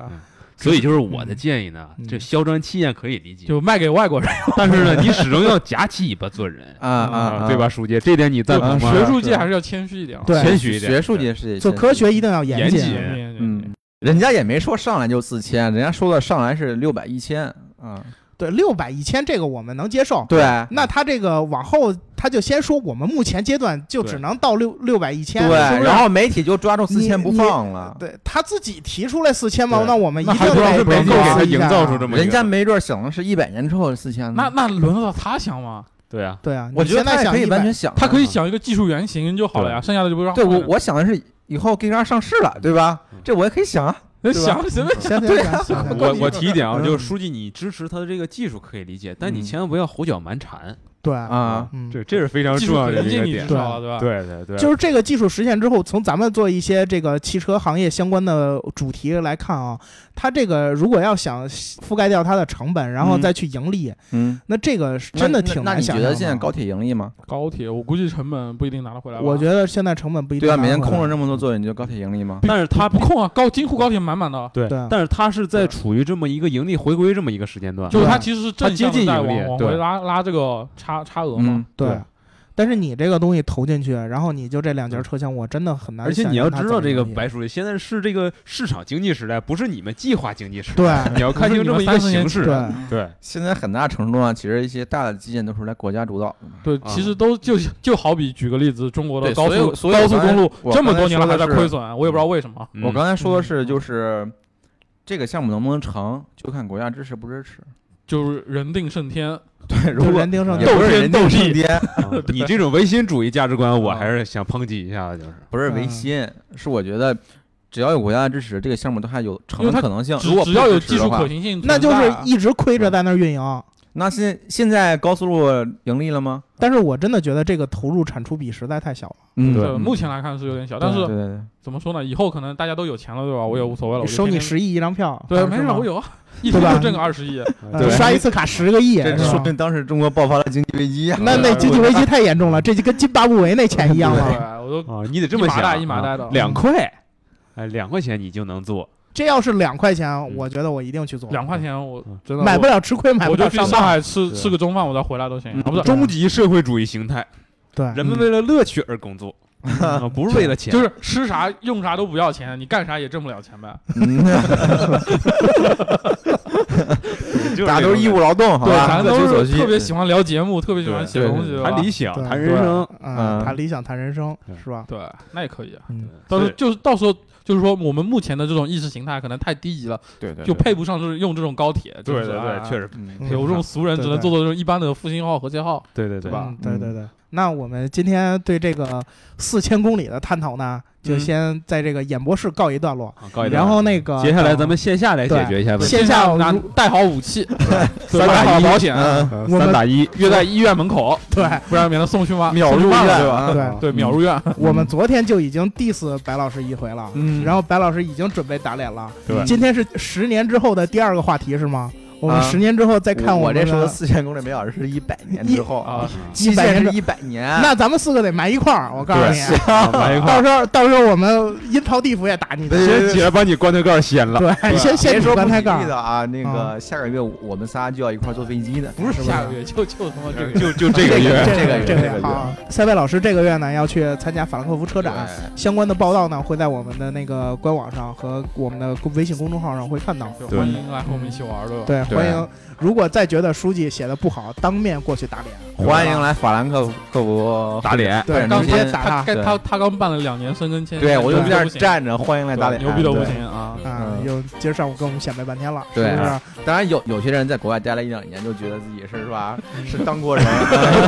[SPEAKER 3] 所以就是我的建议呢
[SPEAKER 2] 嗯，
[SPEAKER 3] 这嚣张气焰可以理解，
[SPEAKER 5] 就卖给外国人。
[SPEAKER 3] 但是呢，你始终要夹起尾巴做人
[SPEAKER 4] 啊啊，
[SPEAKER 3] 嗯对吧，？书记？这点你赞
[SPEAKER 5] 就
[SPEAKER 3] 同吗？
[SPEAKER 5] 学术界还是要谦虚一点啊。
[SPEAKER 2] 对
[SPEAKER 3] 谦虚一点，
[SPEAKER 4] 学术界是
[SPEAKER 2] 做科学一定要严
[SPEAKER 3] 严
[SPEAKER 2] 谨
[SPEAKER 3] 谨。
[SPEAKER 5] 对对对
[SPEAKER 4] 嗯，人家也没说上来就四千，人家说的上来是六百一千啊，
[SPEAKER 2] 对，六百一千这个我们能接受。
[SPEAKER 4] 对，
[SPEAKER 2] 那他这个往后，他就先说我们目前阶段就只
[SPEAKER 3] 对
[SPEAKER 2] 能到六六百一千，
[SPEAKER 4] 对，
[SPEAKER 2] 是不是
[SPEAKER 4] 然后媒体就抓住四
[SPEAKER 2] 你
[SPEAKER 4] 千不
[SPEAKER 2] 你
[SPEAKER 4] 放了，
[SPEAKER 2] 对他自己提出来四千嘛，
[SPEAKER 3] 对
[SPEAKER 2] 那我们一
[SPEAKER 3] 那
[SPEAKER 2] 定
[SPEAKER 3] 还不知
[SPEAKER 2] 得构
[SPEAKER 3] 道是媒
[SPEAKER 2] 思
[SPEAKER 3] 体给他
[SPEAKER 2] 一
[SPEAKER 3] 营
[SPEAKER 2] 下
[SPEAKER 3] 造出这么一个
[SPEAKER 4] 人家没准想的是一百年之后的四千
[SPEAKER 5] 那
[SPEAKER 4] 呢。
[SPEAKER 5] 那轮得到他想吗？
[SPEAKER 3] 对啊，
[SPEAKER 2] 对啊，
[SPEAKER 4] 我
[SPEAKER 2] 你
[SPEAKER 4] 觉得
[SPEAKER 2] 现在
[SPEAKER 4] 他也
[SPEAKER 2] 想
[SPEAKER 4] 可以
[SPEAKER 2] 100
[SPEAKER 4] 完全想的嘛，
[SPEAKER 5] 他可以想一个技术原型就好了呀，剩下的就不让。
[SPEAKER 4] 对我，我想的是以后 G 叉上市了，对吧
[SPEAKER 3] 嗯？
[SPEAKER 4] 这我也可以想啊。
[SPEAKER 5] 我
[SPEAKER 4] 对吧啊
[SPEAKER 5] 想什么？
[SPEAKER 2] 现在想想想
[SPEAKER 3] 我我提一点啊，
[SPEAKER 2] 嗯
[SPEAKER 3] 就是书记，你支持他的这个技术可以理解，但你
[SPEAKER 4] 嗯
[SPEAKER 3] 千万不要胡搅蛮缠，
[SPEAKER 2] 对，
[SPEAKER 4] 啊，
[SPEAKER 2] 嗯，
[SPEAKER 3] 这这是非常
[SPEAKER 5] 技
[SPEAKER 3] 重
[SPEAKER 5] 术
[SPEAKER 3] 要的
[SPEAKER 5] 原
[SPEAKER 3] 一
[SPEAKER 5] 型
[SPEAKER 3] 个
[SPEAKER 5] 你
[SPEAKER 3] 点
[SPEAKER 5] 知。道了对吧？
[SPEAKER 3] 对对对，
[SPEAKER 2] 就是这个技术实现之后，从咱们做一些这个汽车行业相关的主题来看啊，它这个如果要想覆盖掉它的成本，然后
[SPEAKER 4] 嗯
[SPEAKER 2] 再去盈利，
[SPEAKER 4] 嗯，
[SPEAKER 2] 那这个是真的
[SPEAKER 4] 那
[SPEAKER 2] 挺
[SPEAKER 4] 那
[SPEAKER 2] 难
[SPEAKER 4] 你
[SPEAKER 2] 想
[SPEAKER 4] 觉
[SPEAKER 2] 象的。
[SPEAKER 4] 得现在高，铁盈利吗？
[SPEAKER 5] 高铁我估计成本不一定拿得回来吧。
[SPEAKER 2] 我觉得现在成本不一定
[SPEAKER 4] 对
[SPEAKER 2] 拿
[SPEAKER 4] 吧？
[SPEAKER 2] 回
[SPEAKER 4] 每
[SPEAKER 2] 来。
[SPEAKER 4] 天空了这么多座位，你就高铁盈利吗？
[SPEAKER 3] 但是他
[SPEAKER 5] 他不控啊，高京沪高铁满满的，啊
[SPEAKER 3] 对
[SPEAKER 2] 对
[SPEAKER 3] 但是他是在
[SPEAKER 5] 对
[SPEAKER 3] 处于这么一个盈利回归这么一个时间段，
[SPEAKER 5] 就是
[SPEAKER 2] 对
[SPEAKER 5] 它其实是正向
[SPEAKER 3] 它接近
[SPEAKER 5] 地在
[SPEAKER 3] 盈利
[SPEAKER 5] 往往
[SPEAKER 3] 对
[SPEAKER 5] 回拉拉这个差差额嘛
[SPEAKER 4] 嗯。，
[SPEAKER 2] 对
[SPEAKER 3] 对。
[SPEAKER 2] 但是你这个东西投进去，然后你就这两节
[SPEAKER 3] 嗯
[SPEAKER 2] 车厢，我真的很难
[SPEAKER 3] 而
[SPEAKER 2] 想
[SPEAKER 3] 且
[SPEAKER 2] 象它怎
[SPEAKER 3] 你
[SPEAKER 2] 么
[SPEAKER 3] 要
[SPEAKER 2] 盈利。
[SPEAKER 3] 知道，这个白书记现在是这个市场经济时代，不是你们计划经济时代。
[SPEAKER 2] 对
[SPEAKER 3] 你要看清这么一个形势。
[SPEAKER 2] 对啊
[SPEAKER 3] 对
[SPEAKER 4] 现在很大程度上，其实一些大的基建都是来国家主导的嘛。
[SPEAKER 5] 对，
[SPEAKER 3] 啊
[SPEAKER 5] 其实都就就好比举个例子，中国的
[SPEAKER 4] 对
[SPEAKER 5] 高
[SPEAKER 4] 所以
[SPEAKER 5] 速
[SPEAKER 4] 所以我
[SPEAKER 5] 高速
[SPEAKER 4] 刚才
[SPEAKER 5] 公路
[SPEAKER 4] 我
[SPEAKER 5] 这么
[SPEAKER 4] 刚才
[SPEAKER 5] 多年了
[SPEAKER 4] 说
[SPEAKER 5] 还
[SPEAKER 4] 的
[SPEAKER 5] 在
[SPEAKER 4] 是
[SPEAKER 5] 亏损，我也不知道为什么。
[SPEAKER 3] 嗯
[SPEAKER 4] 我刚才说的是，
[SPEAKER 2] 嗯
[SPEAKER 4] 就是这个项目能不能成，就看国家支持不支持。
[SPEAKER 5] 就是人定
[SPEAKER 4] 嗯
[SPEAKER 5] 胜天，
[SPEAKER 4] 对，如
[SPEAKER 2] 就
[SPEAKER 4] 果
[SPEAKER 2] 人盯上
[SPEAKER 3] 也
[SPEAKER 2] 去
[SPEAKER 4] 也不是人定
[SPEAKER 5] 斗智
[SPEAKER 4] 胜 天，
[SPEAKER 3] 啊你这种唯心主义价值观，我
[SPEAKER 5] 啊
[SPEAKER 3] 还是想抨击一下的，就是
[SPEAKER 4] 不是唯
[SPEAKER 2] 嗯
[SPEAKER 4] 心，是我觉得只要有国家的支持，这个项目都还有成
[SPEAKER 5] 因为它
[SPEAKER 4] 的可能性。
[SPEAKER 5] 只
[SPEAKER 4] 如果
[SPEAKER 5] 只
[SPEAKER 4] 不
[SPEAKER 5] 要有
[SPEAKER 4] 支
[SPEAKER 5] 技
[SPEAKER 4] 持
[SPEAKER 5] 术
[SPEAKER 4] 的话
[SPEAKER 5] 可，行性
[SPEAKER 2] 那
[SPEAKER 5] 存在
[SPEAKER 2] 就
[SPEAKER 5] 啊，
[SPEAKER 2] 是一直亏着在那儿运营。
[SPEAKER 4] 那现现在高速路盈利了吗？
[SPEAKER 2] 但是我真的觉得这个投入产出比实在太小了，
[SPEAKER 4] 嗯
[SPEAKER 5] 对，目前来看是有点小，但
[SPEAKER 4] 对
[SPEAKER 5] 是
[SPEAKER 4] 对对，
[SPEAKER 5] 怎么说呢？以后可能大家都有钱了，对吧？我也无所谓了，我就
[SPEAKER 2] 收你
[SPEAKER 5] 天天
[SPEAKER 2] 十亿一张票，
[SPEAKER 5] 对，没
[SPEAKER 2] 是
[SPEAKER 5] 事，
[SPEAKER 2] 吗
[SPEAKER 5] 我有啊，一
[SPEAKER 2] 对
[SPEAKER 5] 天
[SPEAKER 2] 吧
[SPEAKER 5] 就挣个二十亿，
[SPEAKER 2] 呃
[SPEAKER 4] 对
[SPEAKER 2] 刷一次卡十个亿，
[SPEAKER 4] 这
[SPEAKER 2] 是
[SPEAKER 4] 说
[SPEAKER 2] 吧
[SPEAKER 4] 明当时中国爆发了经济危机啊！
[SPEAKER 2] 那那
[SPEAKER 5] 对
[SPEAKER 2] 经济危机太严重了，这就跟津巴布韦那钱一样了。
[SPEAKER 5] 对，哎我
[SPEAKER 4] 嗯
[SPEAKER 5] 都
[SPEAKER 3] 啊，你得这么
[SPEAKER 5] 一
[SPEAKER 3] 想
[SPEAKER 5] 麻
[SPEAKER 3] 啊，
[SPEAKER 5] 袋一麻袋的
[SPEAKER 3] 两块，哎，两块钱你就能做，
[SPEAKER 2] 这要是两块钱，我觉得我一定去做，
[SPEAKER 5] 嗯两块钱，我
[SPEAKER 3] 嗯
[SPEAKER 5] 真的
[SPEAKER 2] 买不
[SPEAKER 5] 我
[SPEAKER 2] 了吃亏，买不
[SPEAKER 5] 我就
[SPEAKER 2] 了
[SPEAKER 5] 去
[SPEAKER 2] 上
[SPEAKER 5] 上
[SPEAKER 2] 当。
[SPEAKER 5] 海吃
[SPEAKER 3] 对
[SPEAKER 5] 吃个中饭，我再回来都行
[SPEAKER 4] 嗯
[SPEAKER 5] 啊，不是
[SPEAKER 3] 终极社会主义形态，
[SPEAKER 2] 对，
[SPEAKER 3] 人们为了乐趣而工作，啊不是为了钱，
[SPEAKER 5] 就是吃啥用啥都不要钱，你干啥也挣不了钱呗。
[SPEAKER 4] 嗯
[SPEAKER 3] 就是
[SPEAKER 4] 大家
[SPEAKER 3] 这
[SPEAKER 4] 都
[SPEAKER 3] 种
[SPEAKER 4] 是义务劳动，好吧？
[SPEAKER 5] 咱
[SPEAKER 4] 各取所
[SPEAKER 5] 都
[SPEAKER 4] 需嗯
[SPEAKER 5] 是特别喜欢聊节目，特别喜欢
[SPEAKER 3] 对
[SPEAKER 5] 写东西，
[SPEAKER 4] 对
[SPEAKER 5] 对吧
[SPEAKER 3] 谈理想，
[SPEAKER 2] 对
[SPEAKER 3] 谈人生，
[SPEAKER 2] 嗯，
[SPEAKER 4] 嗯
[SPEAKER 2] 谈理想，谈人生，
[SPEAKER 3] 对
[SPEAKER 2] 是吧？
[SPEAKER 5] 对，那也可以啊。
[SPEAKER 2] 嗯，
[SPEAKER 5] 到
[SPEAKER 3] 所
[SPEAKER 5] 时候
[SPEAKER 3] 以
[SPEAKER 5] 就是到时候就是说，我们目前的这种意识形态可能太低级了，
[SPEAKER 4] 对对，
[SPEAKER 5] 就
[SPEAKER 4] 对
[SPEAKER 5] 配不上就是用这种高铁。就
[SPEAKER 3] 对
[SPEAKER 5] 是
[SPEAKER 3] 对对，
[SPEAKER 5] 啊
[SPEAKER 3] 确实，
[SPEAKER 4] 嗯
[SPEAKER 2] 嗯
[SPEAKER 5] 有这种俗人
[SPEAKER 2] 对
[SPEAKER 5] 只能
[SPEAKER 2] 对
[SPEAKER 5] 做做这种一般的复兴号、和谐号。
[SPEAKER 3] 对对对
[SPEAKER 5] 对吧
[SPEAKER 2] 嗯对对对。那我们今天对这个四千公里的探讨呢，就
[SPEAKER 5] 嗯
[SPEAKER 2] 先在这个演播室告一段落。
[SPEAKER 3] 啊告一段
[SPEAKER 2] 嗯然
[SPEAKER 3] 落
[SPEAKER 2] 后那个，
[SPEAKER 3] 接下来咱们线下来解
[SPEAKER 2] 对
[SPEAKER 3] 决一下问题，
[SPEAKER 2] 线下
[SPEAKER 5] 拿
[SPEAKER 2] 如
[SPEAKER 5] 带好武器，
[SPEAKER 3] 三
[SPEAKER 5] 对
[SPEAKER 3] 打
[SPEAKER 5] 买好
[SPEAKER 3] 一
[SPEAKER 5] 保险，
[SPEAKER 3] 呃
[SPEAKER 2] 我
[SPEAKER 3] 三
[SPEAKER 2] 们
[SPEAKER 3] 打一，
[SPEAKER 5] 约在医院门口，
[SPEAKER 2] 嗯对
[SPEAKER 5] 不然免得送去吗？
[SPEAKER 4] 秒入院对吧？嗯
[SPEAKER 2] 对，
[SPEAKER 5] 嗯对，秒入院。
[SPEAKER 2] 我们昨天就已经 diss 白老师一回了，
[SPEAKER 5] 嗯
[SPEAKER 2] 然后白老师已经准备打脸了。
[SPEAKER 3] 对
[SPEAKER 2] 今天是十年之后的第二个话题是吗？我们
[SPEAKER 4] 啊
[SPEAKER 2] 十年之后再哎看
[SPEAKER 4] 我
[SPEAKER 2] 们
[SPEAKER 4] 这
[SPEAKER 2] 的
[SPEAKER 4] 说的四千公里每小时是一百年之后
[SPEAKER 5] 啊，
[SPEAKER 4] 极
[SPEAKER 2] 100
[SPEAKER 4] 限
[SPEAKER 2] 年
[SPEAKER 4] 是
[SPEAKER 2] 之
[SPEAKER 4] 一百年。啊
[SPEAKER 2] 那咱们四个得埋一块儿，我告诉你，
[SPEAKER 3] 啊来一块
[SPEAKER 2] 到
[SPEAKER 3] 儿，
[SPEAKER 2] 时候到时候我们阴曹地府也打你的。
[SPEAKER 4] 对
[SPEAKER 3] 先起来把你棺材盖儿掀了，
[SPEAKER 2] 对，先先
[SPEAKER 4] 别
[SPEAKER 2] 你
[SPEAKER 4] 说不
[SPEAKER 2] 棺材盖
[SPEAKER 4] 吉利
[SPEAKER 2] 儿
[SPEAKER 4] 的，啊，那个下个月我们仨就要一块儿坐飞机呢。
[SPEAKER 2] 不是
[SPEAKER 5] 下个月就就他妈这个 月
[SPEAKER 3] 就就这个
[SPEAKER 4] 这
[SPEAKER 3] 月
[SPEAKER 4] 个，
[SPEAKER 2] 这
[SPEAKER 4] 月
[SPEAKER 2] 这
[SPEAKER 4] 这个
[SPEAKER 2] 个
[SPEAKER 4] 月
[SPEAKER 2] 月好。塞贝老师这个月呢要去参加法兰克福车展，相关的报道呢会在我们的那个官网上和我们的微信公众号上会看到。
[SPEAKER 3] 对
[SPEAKER 5] 欢迎来和我们一起玩儿，对吧？
[SPEAKER 2] 对，
[SPEAKER 4] 对
[SPEAKER 2] 欢迎。如果再觉得书记写的不好，当面过去打脸。
[SPEAKER 4] 对欢迎来法兰克福
[SPEAKER 3] 打脸，
[SPEAKER 4] 会
[SPEAKER 2] 对
[SPEAKER 4] 展中
[SPEAKER 5] 刚
[SPEAKER 2] 直接
[SPEAKER 4] 心。
[SPEAKER 2] 打
[SPEAKER 5] 他
[SPEAKER 2] 他
[SPEAKER 5] 该
[SPEAKER 4] 对
[SPEAKER 5] 他他刚办了两年生根签，
[SPEAKER 4] 对我就在那儿
[SPEAKER 5] 这
[SPEAKER 4] 站着，欢迎来打脸，
[SPEAKER 5] 牛逼都不
[SPEAKER 4] 对。
[SPEAKER 5] 行啊！
[SPEAKER 2] 啊！
[SPEAKER 4] 嗯
[SPEAKER 2] 又今儿上午跟我们显摆半天了，
[SPEAKER 4] 对
[SPEAKER 2] 是不是
[SPEAKER 4] 啊？当然有有些人在国外待了一两年，就觉得自己是是吧，
[SPEAKER 5] 嗯
[SPEAKER 4] 是当国 人。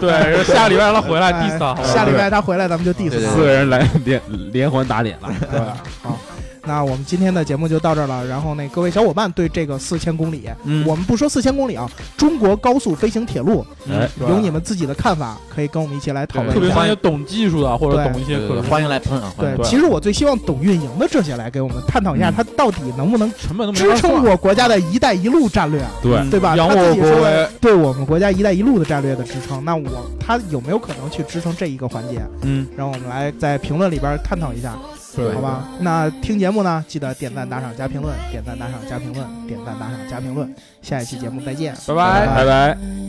[SPEAKER 5] 对，下个礼拜让他回来 diss 啊他，好吧
[SPEAKER 2] 哎下礼拜他回来咱们就 diss
[SPEAKER 4] 对对
[SPEAKER 2] 他
[SPEAKER 3] 四个人来连连环打脸了，
[SPEAKER 2] 对好，那我们今天的节目就到这儿了。然后那各位小伙伴对这个四千公里，
[SPEAKER 4] 嗯
[SPEAKER 2] 我们不说四千公里啊，中国高速飞行铁路
[SPEAKER 3] 哎，
[SPEAKER 5] 对吧
[SPEAKER 2] 有你们自己的看法，可以跟我们一起来讨论
[SPEAKER 5] 特
[SPEAKER 2] 一
[SPEAKER 5] 别
[SPEAKER 2] 下
[SPEAKER 5] 是。那些懂技术的或者懂一些
[SPEAKER 4] 对
[SPEAKER 5] 可
[SPEAKER 4] 对，欢迎来喷啊！欢
[SPEAKER 2] 对，
[SPEAKER 4] 迎来喷
[SPEAKER 2] 其实我最希望懂运营的这些来给我们探讨一下，
[SPEAKER 4] 嗯
[SPEAKER 2] 它到底能不能
[SPEAKER 5] 成本都没
[SPEAKER 2] 支
[SPEAKER 5] 法
[SPEAKER 2] 撑
[SPEAKER 5] 算。
[SPEAKER 2] 我国家的一带一路战略。
[SPEAKER 3] 对
[SPEAKER 4] 嗯
[SPEAKER 2] 对吧？
[SPEAKER 5] 扬
[SPEAKER 2] 他
[SPEAKER 5] 我
[SPEAKER 2] 自己
[SPEAKER 5] 国
[SPEAKER 2] 说
[SPEAKER 5] 威
[SPEAKER 2] 对我们国家“一带一路”的战略的支撑，那我他有没有可能去支撑这一个环节？
[SPEAKER 4] 嗯，
[SPEAKER 2] 让我们来在评论里边探讨一下，
[SPEAKER 4] 对
[SPEAKER 2] 好吧？那听节目呢，记得点赞、打赏、加评论，点赞、打赏、加评论，点赞、打赏、加评论。下一期节目再见。
[SPEAKER 5] 拜拜
[SPEAKER 3] 拜拜。
[SPEAKER 1] Bye.
[SPEAKER 2] 哎